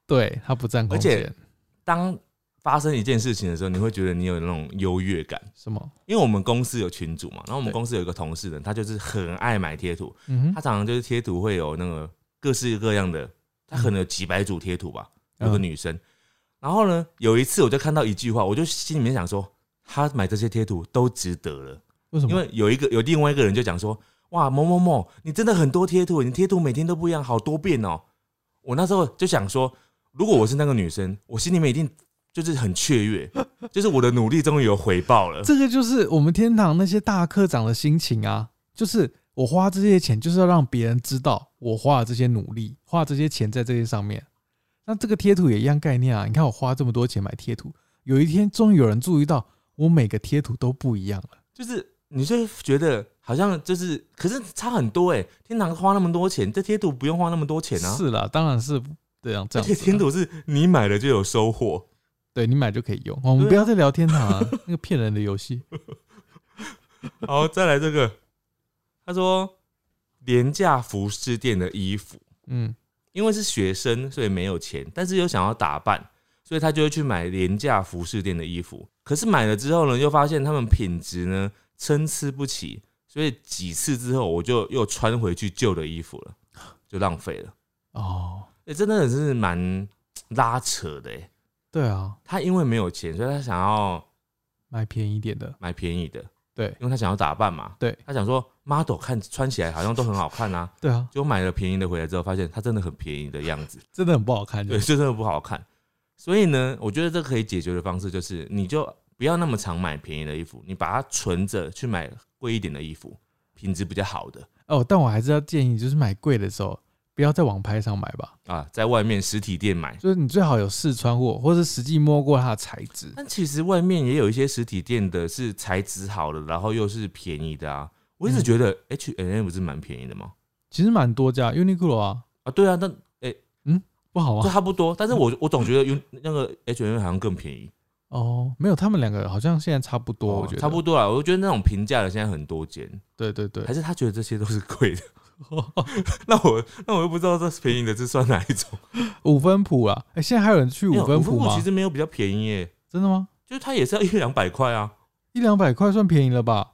S1: 对他不占空
S2: 而
S1: 间
S2: 且，当发生一件事情的时候，你会觉得你有那种优越感。
S1: 什么？
S2: 因为我们公司有群主嘛，然后我们
S1: 对
S2: 公司有一个同事呢，他就是很爱买贴图，
S1: 嗯
S2: 他
S1: 哼，
S2: 常常就是贴图会有那个各式各样的，他可能有几百组贴图吧，有个
S1: 嗯
S2: 女生。然后呢，有一次我就看到一句话，我就心里面想说，他买这些贴图都值得了，
S1: 为什么？
S2: 因为有一个有另外一个人就讲说，哇，某某某，你真的很多贴图，你贴图每天都不一样，好多变哦。我那时候就想说，如果我是那个女生，我心里面一定就是很
S1: *laughs*
S2: 雀跃，就是我的努力终于有回报了。
S1: 这个就是我们天堂那些大科长的心情啊，就是我花这些钱就是要让别人知道我花了这些努力，花了这些钱在这些上面。那这个贴图也一样概念啊，你看我花这么多钱买贴图，有一天终于有人注意到我每个贴图都不一样了。
S2: 就是你就会觉得好像就是，可是差很多哎、天堂花那么多钱，这贴图不用花那么多钱啊。
S1: 是啦，当然是这样这
S2: 而
S1: 样
S2: 且
S1: 子
S2: 天
S1: 啦。
S2: 图是你买了就有收获，
S1: 对你买就可以用。我们
S2: 对啊
S1: 不要再聊天堂啊，那个骗人的游戏。
S2: *laughs* 好，再来这个，他说廉价服饰店的衣服，
S1: 嗯，
S2: 因为是学生，所以没有钱，但是又想要打扮，所以他就会去买廉价服饰店的衣服。可是买了之后呢，又发现他们品质呢参差不齐，所以几次之后，我就又穿回去旧的衣服了，就浪费了。
S1: 哦，
S2: 哎、真的是蛮拉扯的、欸。
S1: 对啊，
S2: 他因为没有钱，所以他想要
S1: 买便宜一点的，
S2: 买便宜的，
S1: 对
S2: 因为他想要打扮嘛。
S1: 对
S2: 他想说 model 看穿起来好像都很好看啊，
S1: 对啊，
S2: 结果买了便宜的回来之后，发现它真的很便宜的样子，
S1: 真的很不好看，
S2: 对，就真的不好看。所以呢，我觉得这可以解决的方式就是，你就不要那么常买便宜的衣服，你把它存着去买贵一点的衣服，品质比较好的
S1: 哦，但我还是要建议，就是买贵的时候，不要在网拍上买吧，
S2: 啊，在外面实体店买。
S1: 就是你最好有试穿过，或是实际摸过它的材质。
S2: 但其实外面也有一些实体店的是材质好的，然后又是便宜的啊。我一直
S1: 嗯
S2: 觉得 H M 不是蛮便宜的吗？
S1: 其实蛮多家，Uniqlo 啊，
S2: 啊，对啊，但
S1: 不好啊
S2: 就
S1: 吗？
S2: 差不多。但是我我总觉得 U 那个 H M 好像更便宜。
S1: 哦，没有，他们两个好像现在差不多，
S2: 哦
S1: 我觉得
S2: 差不
S1: 多。
S2: 多啦。我觉得那种平价的现在很多间，
S1: 对对对
S2: 还，是他觉得这些都是贵的。 *laughs* 那我那我又不知道这便宜的是算哪一 *laughs* 种。
S1: 五分埔啊，哎、现在还有人去
S2: 没有
S1: 五分埔吗
S2: 其？实没有比较便宜耶，
S1: 真的吗？
S2: 就是它也是要一两百块啊。
S1: 一两百块算便宜了吧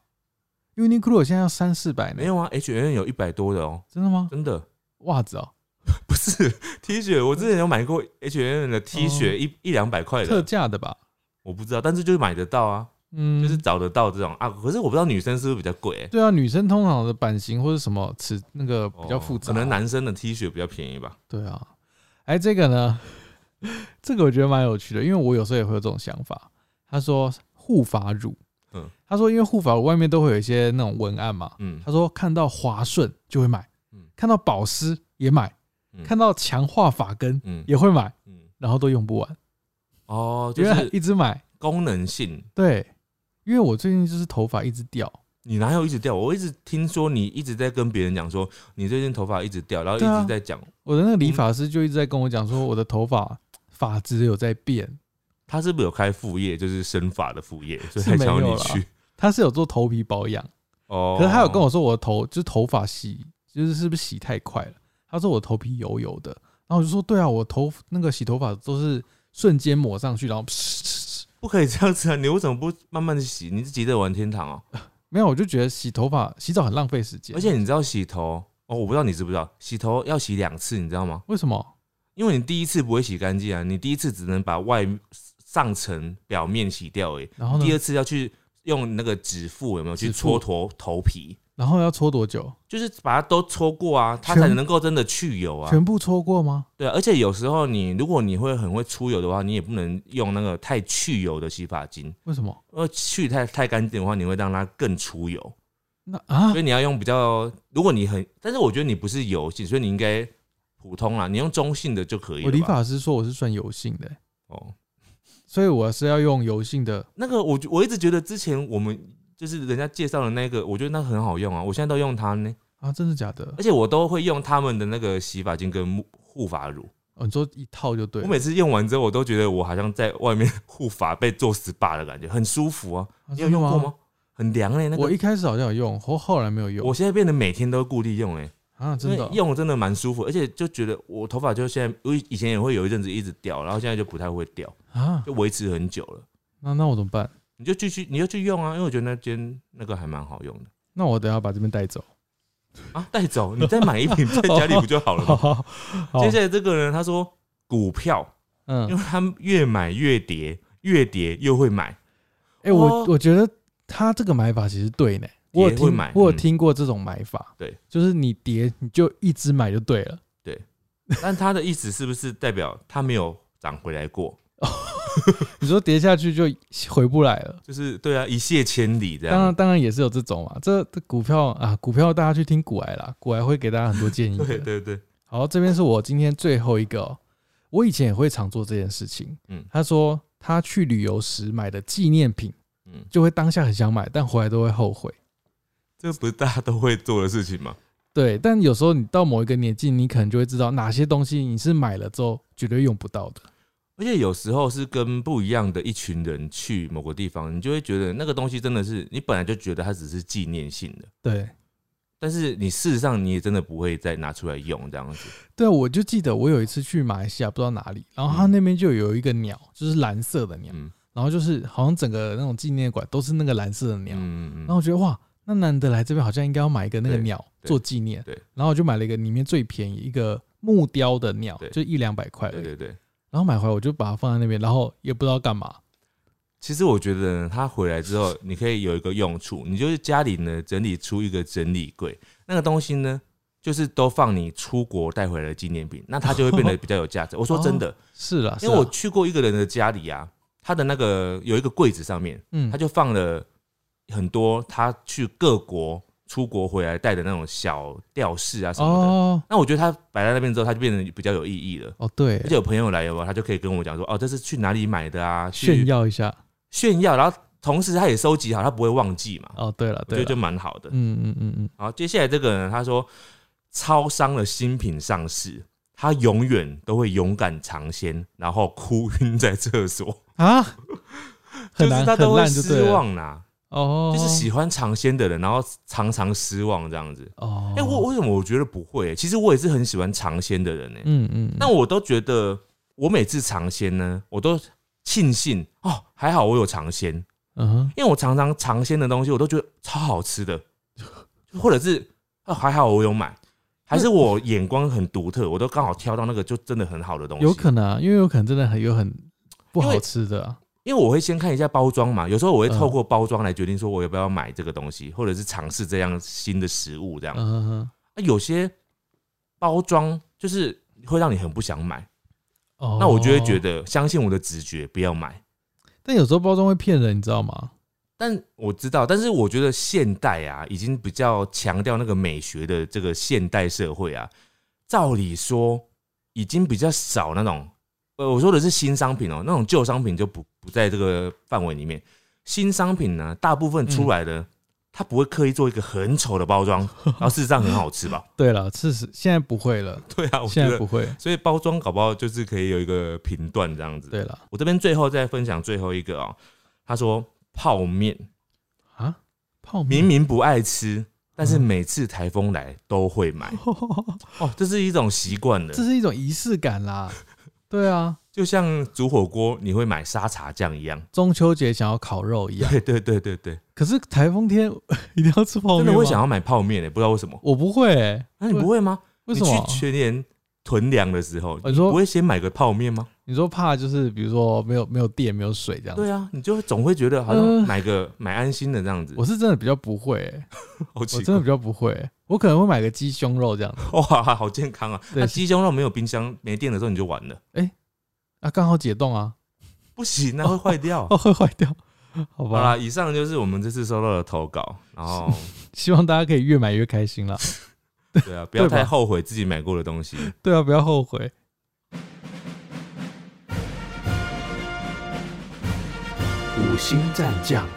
S1: ？Uniqlo 现在要三四百呢
S2: 没，有啊，H N 有一百多的哦，
S1: 真的吗？
S2: 真的
S1: 袜子哦，
S2: *laughs* 不是 T 恤。我之前有买过 H N 的 T 恤，
S1: 哦
S2: 一一两百块
S1: 特
S2: 的，
S1: 价的吧？
S2: 我不知道，但是就是买得到啊，
S1: 嗯，
S2: 就是找得到这种啊。可是我不知道女生是不是比较贵耶。
S1: 对啊，女生通常的版型或者什么尺那个比较
S2: 哦
S1: 复杂，
S2: 可能男生的 T 恤比较便宜吧。
S1: 对啊，哎，这个呢， *laughs* 这个我觉得蛮有趣的，因为我有时候也会有这种想法。他说护发乳，
S2: 嗯
S1: 他说因为护发乳外面都会有一些那种文案嘛，
S2: 嗯
S1: 他说看到华顺就会买，
S2: 嗯
S1: 看到保湿也买，
S2: 嗯
S1: 看到强化发根
S2: 嗯
S1: 也会买，
S2: 嗯
S1: 然后都用不完，
S2: 哦，就
S1: 因为
S2: 是
S1: 一直买。
S2: 功能性。
S1: 对，因为我最近就是头发一直掉，
S2: 你哪有一直掉？我一直听说你一直在跟别人讲说你最近头发一直掉，然后
S1: 对啊
S2: 一直在讲，
S1: 我的那个理发师就一直在跟我讲说我的头发发质有在变，
S2: 他是不是有开副业，就是生发的副业，所以
S1: 是
S2: 才
S1: 没有
S2: 找你
S1: 啦
S2: 去？
S1: 他是有做头皮保养。
S2: 哦，
S1: 可是他有跟我说我的头就是头发洗就是是不是洗太快了？他说我头皮油油的，然后我就说对啊，我头那个洗头发都是瞬间抹上去，然后噗嗤嗤嗤
S2: 不可以这样子啊！你为什么不慢慢的洗？你是急着玩天堂哦、
S1: 没有，我就觉得洗头发洗澡很浪费时间，
S2: 而且你知道洗头哦，我不知道你知不知道，洗头要洗两次，你知道吗？
S1: 为什么？
S2: 因为你第一次不会洗干净啊，你第一次只能把外上层表面洗掉而已，
S1: 然后呢
S2: 第？二次要去用那个指腹有没有去
S1: 指
S2: 搓
S1: 腹
S2: 头头皮？
S1: 然后要搓多久？
S2: 就是把它都搓过啊，它
S1: 全
S2: 才能够真的去油啊。
S1: 全部搓过吗？
S2: 对啊，而且有时候你如果你会很会出油的话，你也不能用那个太去油的洗发精，
S1: 为什么？
S2: 因为去太太干净的话，你会让它更出油。
S1: 那啊
S2: 所以你要用比较，如果你很，但是我觉得你不是油性，所以你应该普通啦，你用中性的就可以
S1: 我
S2: 了
S1: 理
S2: 吧。
S1: 发师说我是算油性的欸、
S2: 哦，
S1: 所以我是要用油性的。
S2: 那个我觉我一直觉得之前我们就是人家介绍的那个，我觉得那很好用啊，我现在都用它呢，
S1: 啊，真的假的
S2: 而？且我都会用他们的那个洗发精跟护发乳。
S1: 哦，你说一套就对
S2: 我
S1: 了。
S2: 每次用完之后，我都觉得我好像在外面护发被做 SPA 的感觉，很舒服啊。
S1: 啊
S2: 你有
S1: 真的
S2: 用过吗？？很凉嘞、那
S1: 我
S2: 个
S1: 一开始好像有用，后后来没有用
S2: 我现在变得每天都固定用哎、
S1: 啊，
S2: 因
S1: 真
S2: 为
S1: 的哦。
S2: 用真的蛮舒服，而且就觉得我头发就现在，我以前也会有一阵子一直掉，然后现在就不太会掉，
S1: 啊，
S2: 就维持很久了。
S1: 那那我怎么办？
S2: 你就继续，你就去用啊，因为我觉得那间那个还蛮好用的
S1: 那我等一下把这边带走。
S2: 啊，带走，你再买一瓶在家里不就好了
S1: *laughs* 好
S2: 吗？
S1: 好好
S2: 接下来这个人他说股票，因
S1: 嗯，
S2: 为他越买越跌，越跌又会买，
S1: 哎，我
S2: 哦
S1: 我觉得他这个买法其实对呢。我有
S2: 会
S1: 听
S2: 买，
S1: 我有
S2: 嗯
S1: 听过这种买法，
S2: 对，
S1: 就是你叠你就一直买就对了。
S2: 但他的意思是不是代表他没有涨回来过？
S1: 你说叠下去就回不来了。
S2: 就是对啊，一泻千里这
S1: 当然，
S2: 样。
S1: 当然也是有这种嘛。这这股票啊，股票大家去听股癌啦，股癌会给大家很多建议的。
S2: 对对对，
S1: 好，这边是我今天最后一个、哦。我以前也会常做这件事情。
S2: 嗯
S1: 他说他去旅游时买的纪念品，
S2: 嗯，
S1: 就会当下很想买，但回来都会后悔。
S2: 这不是大家都会做的事情吗？
S1: 对，但有时候你到某一个年纪，你可能就会知道哪些东西你是买了之后绝对用不到的。
S2: 而且有时候是跟不一样的一群人去某个地方，你就会觉得那个东西真的是你本来就觉得它只是纪念性的，
S1: 对，
S2: 但是你事实上你也真的不会再拿出来用这样子。
S1: 对啊，我就记得我有一次去马来西亚，不知道哪里，然后它那边就有一个鸟，就是蓝色的鸟，
S2: 嗯
S1: 然后就是好像整个那种纪念馆都是那个蓝色的鸟，
S2: 嗯嗯
S1: 然后我觉得哇，那难得来这边，好像应该要买一个那个
S2: 对
S1: 鸟
S2: 对
S1: 做纪念。
S2: 对
S1: 然后我就买了一个里面最便宜一个木雕的鸟
S2: 对，
S1: 就一两百块而
S2: 对
S1: 已。
S2: 对对。
S1: 然后买回来我就把它放在那边，然后也不知道干嘛。
S2: 其实我觉得呢，它回来之后，你可以有一个用处，你就是家里呢整理出一个整理柜，那个东西呢，就是都放你出国带回来的纪念品，那它就会变得比较有价值。我说真的，
S1: 是啦，
S2: 因为
S1: 哦是啊
S2: 我
S1: 啦
S2: 去过一个人的家里啊，他的那个有一个柜子上面，
S1: 嗯
S2: 他就放了很多他去各国出国回来带的那种小吊饰啊什么的。
S1: 哦
S2: 那我觉得他摆在那边之后，他就变得比较有意义了。
S1: 哦对
S2: 而，且有朋友来有没有，他就可以跟我讲说，哦，这是去哪里买的啊？去
S1: 炫耀一下。
S2: 炫耀，然后同时他也收集好，他不会忘记嘛，
S1: 哦对了
S2: 我觉
S1: 对
S2: 得
S1: 了，
S2: 就蛮好的。
S1: 嗯嗯嗯嗯，
S2: 好，接下来这个人他说，超商的新品上市，他永远都会勇敢尝鲜，然后哭晕在厕所，
S1: 啊，
S2: *laughs*
S1: *laughs* 很
S2: 就是
S1: 难
S2: 他
S1: 很
S2: 都会
S1: 烂就对
S2: 失
S1: 了。
S2: 望啦，
S1: 哦，
S2: 就是喜欢尝鲜的人，然后常常失望这样子。
S1: 哦，
S2: 哎、我为什么我觉得不会、其实我也是很喜欢尝鲜的人呢、
S1: 嗯嗯，
S2: 那我都觉得我每次尝鲜呢，我都庆幸哦，还好我有尝鲜，
S1: 嗯哼
S2: 因为我常常尝鲜的东西，我都觉得超好
S1: *laughs*
S2: 吃的，或者是啊还好我有买，还是我眼光很独特，我都刚好挑到那个就真的很好的东西。
S1: 有可能啊，因为有可能真的很有很不
S2: 因
S1: 好
S2: 为
S1: 吃的啊。
S2: 因为我会先看一下包装嘛，有时候我会
S1: 嗯
S2: 透过包装来决定说我要不要买这个东西，或者是尝试这样新的食物这样。
S1: 嗯哼哼，
S2: 啊有些包装就是会让你很不想买，
S1: 哦，
S2: 那我就会觉得相信我的直觉，不要买。
S1: 但有时候包装会骗人，你知道吗？
S2: 但我知道，但是我觉得现代啊，已经比较强调那个美学的这个现代社会啊，照理说已经比较少那种，呃，我说的是新商品哦、那种旧商品就不不在这个范围里面。新商品呢，大部分出来的，它不会刻意做一个很丑的包装，然后事实上很好吃吧？
S1: 对了，事实现在不会了，
S2: 对啊，我觉
S1: 现在
S2: 得
S1: 不，会。
S2: 所以包装搞不好就是可以有一个评断这样子。
S1: 对了
S2: 我这边最后再分享最后一个哦、他说泡面。
S1: 啊，泡
S2: 明
S1: 面 *laughs*
S2: 明不爱吃，但
S1: 嗯
S2: 是每次台风来都会买。哦，这是一种习惯了
S1: 这，是一种仪式感啦。对啊，
S2: 就像煮火锅你会买沙茶酱
S1: *laughs*
S2: 一样。
S1: 中秋节想要烤肉一样， *laughs*
S2: 对对对对对，
S1: 可是台风天 *laughs* 一定要吃泡面
S2: 真
S1: 吗
S2: 的会想要买泡面欸的，不知道为什么。
S1: 我不会欸，
S2: 那你不会吗？
S1: 为
S2: 你
S1: 什么哦
S2: 去？全年囤粮的时候，
S1: 你
S2: 你
S1: 说
S2: 不会先买个泡面吗？
S1: 你说怕就是比如说没有没有电没有水这样
S2: 对
S1: 子，
S2: 啊，你就总会觉得好像买个买安心的这样子。
S1: 呃我是真的比较不会欸，
S2: 好
S1: 我
S2: *laughs* 奇
S1: 真
S2: 怪
S1: 的比，较不会欸，我可能会买个鸡胸肉这样子，
S2: *laughs* 哇，好健康啊！
S1: 对
S2: 那鸡胸肉没有冰箱没电的时候你就完了，
S1: 啊刚好解冻啊， *laughs*
S2: 不行，那会坏掉。
S1: 哦会坏掉，好
S2: 好
S1: 吧
S2: 啦，，以上就是我们这次收到的投稿，然后。
S1: 希望大家可以越买越开心啦。
S2: 对啊，不要
S1: 对吧
S2: 太后悔自己买过的东西。
S1: 对啊，不要后悔。
S3: 五星战将，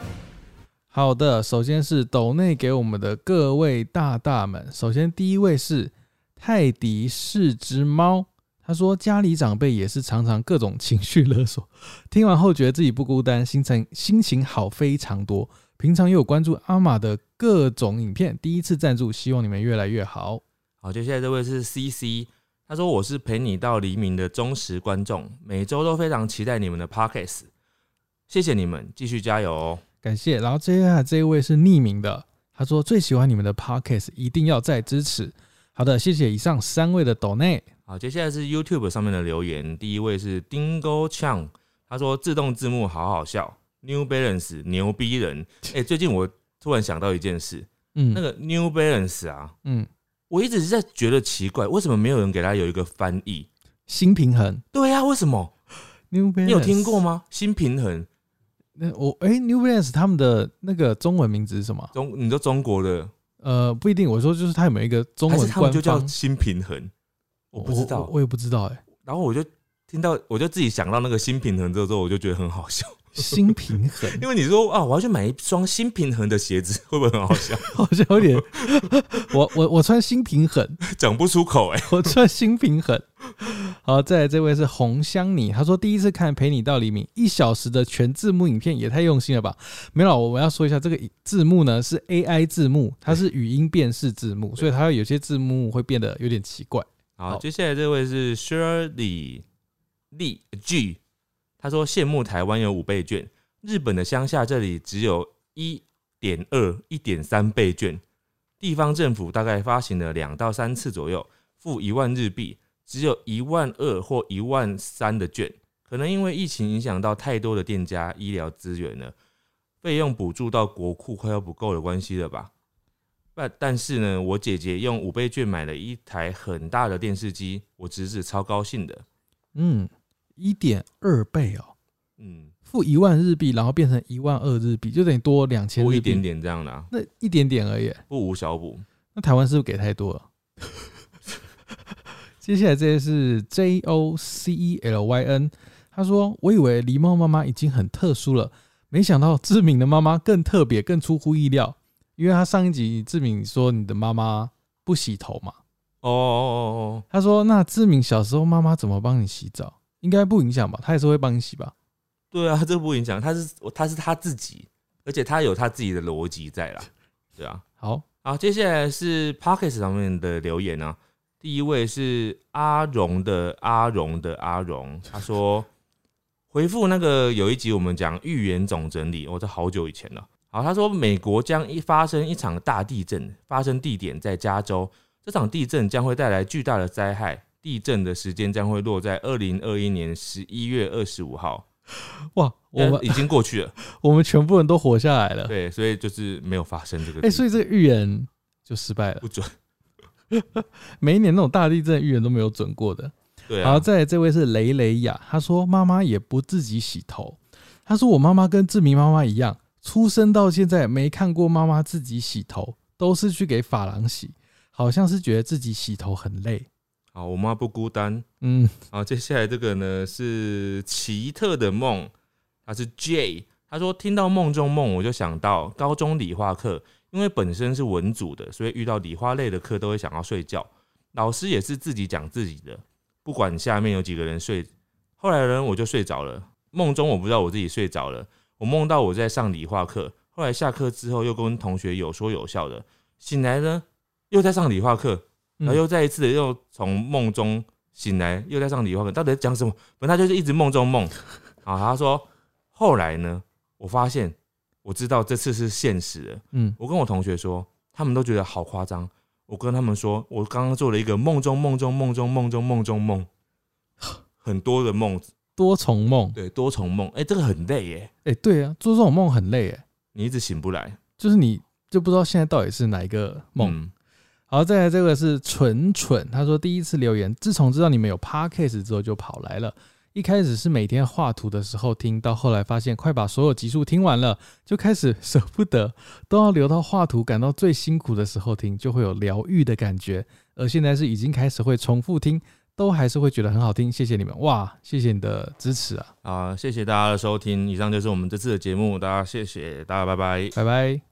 S1: 好的，首先是斗内给我们的各位大大们。首先第一位是泰迪是只猫，他说家里长辈也是常常各种情绪勒索，听完后觉得自己不孤单，心情心情好非常多。平常也有关注阿玛的各种影片，第一次赞助，希望你们越来越好。
S2: 好，接下来这位是 C C，他说我是陪你到黎明的忠实观众，每周都非常期待你们的 Pockets，谢谢你们，继续加油哦。
S1: 感谢。然后接下来这一位是匿名的，他说最喜欢你们的 podcast，一定要再支持。好的，谢谢以上三位的抖内。
S2: 好，接下来是 YouTube 上面的留言，第一位是 Dingo Chang，他说自动字幕好好笑，New Balance 牛逼
S3: *laughs*
S2: 人。哎、最近我突然想到一件事，
S1: 嗯，
S2: 那个 New Balance 啊，
S1: 嗯，
S2: 我一直在觉得奇怪，为什么没有人给他有一个翻译？
S1: 新平衡
S2: 对呀、啊，为什么？
S1: ，New Balance，
S2: 你有听过？吗？新平衡。
S1: 那我哎、n e w Balance 他们的那个中文名字是什么？
S2: 中，你说中国的，
S1: 呃，不一定。我说就是它有没有一个中
S2: 还是
S1: 文
S2: 他们
S1: 官
S2: 就叫
S1: 方？
S2: 新平衡？我不知
S1: 我
S2: 道 *laughs*
S1: 我。也不知道哎、
S2: 然后我就听到，我就自己想到那个新平衡之后，我就觉得很好笑。 *laughs*
S1: 新平衡，
S2: 因为你说啊，我要去买一双新平衡的鞋子，会不会很好笑？ *laughs*
S1: 好像有点， *laughs* 我我我穿新平衡，
S2: 讲不出口哎、
S1: 我穿新平衡。好，再来这位是红香你，他说第一次看《陪你到黎明》一小时的全字幕影片也太用心了吧？没有，我要说一下这个字幕呢是 AI 字幕，它是语音辨识字幕，所以它有些字幕会变得有点奇怪。
S2: 好，
S1: 好
S2: 接下来这位是 Shirley Lee G，他说羡慕台湾有五倍券，日本的乡下这里只有一点二、一点三倍券，地方政府大概发行了两到三次左右，付一万日币，只有一万二或一万三的券，可能因为疫情影响到太多的店家、医疗资源了，费用补助到国库快要不够的关系了吧？但但是呢，我姐姐用五倍券买了一台很大的电视机，我侄子超高兴的。
S1: 嗯，一点二倍哦，
S2: 嗯，
S1: 付一万日币，然后变成一万二日币，就等于多两千
S2: 多
S1: 日
S2: 一
S1: 币，
S2: 点，点这样啦、
S1: 那一点点而已。
S2: 不无小补。
S1: 那台湾是不是给太多了？ *laughs* 接下来这些是 J O C E L Y N，他说：“我以为狸猫妈妈已经很特殊了，没想到志敏的妈妈更特别，更出乎意料。因为他上一集志敏说你的妈妈不洗头嘛，
S2: 哦哦哦
S1: 他说那志敏小时候妈妈怎么帮你洗澡？应该不影响吧？她也是会帮你洗吧？
S2: 哦，对啊，这不影响，他是他是他自己，而且他有他自己的逻辑在啦。对啊，
S1: 好，
S2: 好，接下来是 Pocket 上面的留言啊。第一位是阿荣的阿荣的阿荣，他说回复那个有一集我们讲预言总整理，我、哦、这好久以前了。好，他说美国将一发生一场大地震，发生地点在加州。这场地震将会带来巨大的灾害，地震的时间将会落在二零二一年十一月二十五号。
S1: 哇，我
S2: 呃
S1: 们
S2: 已经过去了，
S1: 我们全部人都活下来了。
S2: 对，所以就是没有发生这个
S1: *laughs*
S2: 地。
S1: 哎、所以这个预言就失败了。
S2: 不准，
S1: 每一年那种大地震预言都没有准过的。
S2: 对
S1: 然
S2: 啊
S1: 后，再来这位是雷雷雅，她说妈妈也不自己洗头，她说我妈妈跟志明妈妈一样，出生到现在没看过妈妈自己洗头，都是去给发廊洗，好像是觉得自己洗头很累。
S2: 好，我妈不孤单。
S1: 嗯，
S2: 好，接下来这个呢是奇特的梦，他是 J，他说听到梦中梦，我就想到高中理化课，因为本身是文组的，所以遇到理化类的课都会想要睡觉。老师也是自己讲自己的，不管下面有几个人睡。后来呢，我就睡着了，梦中我不知道我自己睡着了，我梦到我在上理化课，后来下课之后又跟同学有说有笑的，醒来呢又在上理化课，
S1: 嗯
S2: 然后又再一次的又从梦中醒来，又在上理化课，到底在讲什么？反正他就是一直梦中梦。啊，他说后来呢，我发现我知道这次是现实的。
S1: 嗯，
S2: 我跟我同学说，他们都觉得好夸张。我跟他们说，我刚刚做了一个梦中梦中梦中梦中梦中梦，很多的梦，
S1: 多重梦，
S2: 对，多重梦。哎、这个很累耶，
S1: 哎、对啊，做这种梦很累，哎，
S2: 你一直醒不来。
S1: 就是你就不知道现在到底是哪一个梦。
S2: 嗯
S1: 好，再来这个是蠢蠢，他说第一次留言，自从知道你们有 podcast 之后就跑来了。一开始是每天画图的时候听到，后来发现快把所有集数听完了，就开始 *laughs* 舍不得，都要留到画图感到最辛苦的时候听，就会有疗愈的感觉。而现在是已经开始会重复听，都还是会觉得很好听。谢谢你们，哇，谢谢你的支持啊，
S2: 啊、谢谢大家的收听，以上就是我们这次的节目，大家谢谢大家，拜拜。
S1: 拜拜。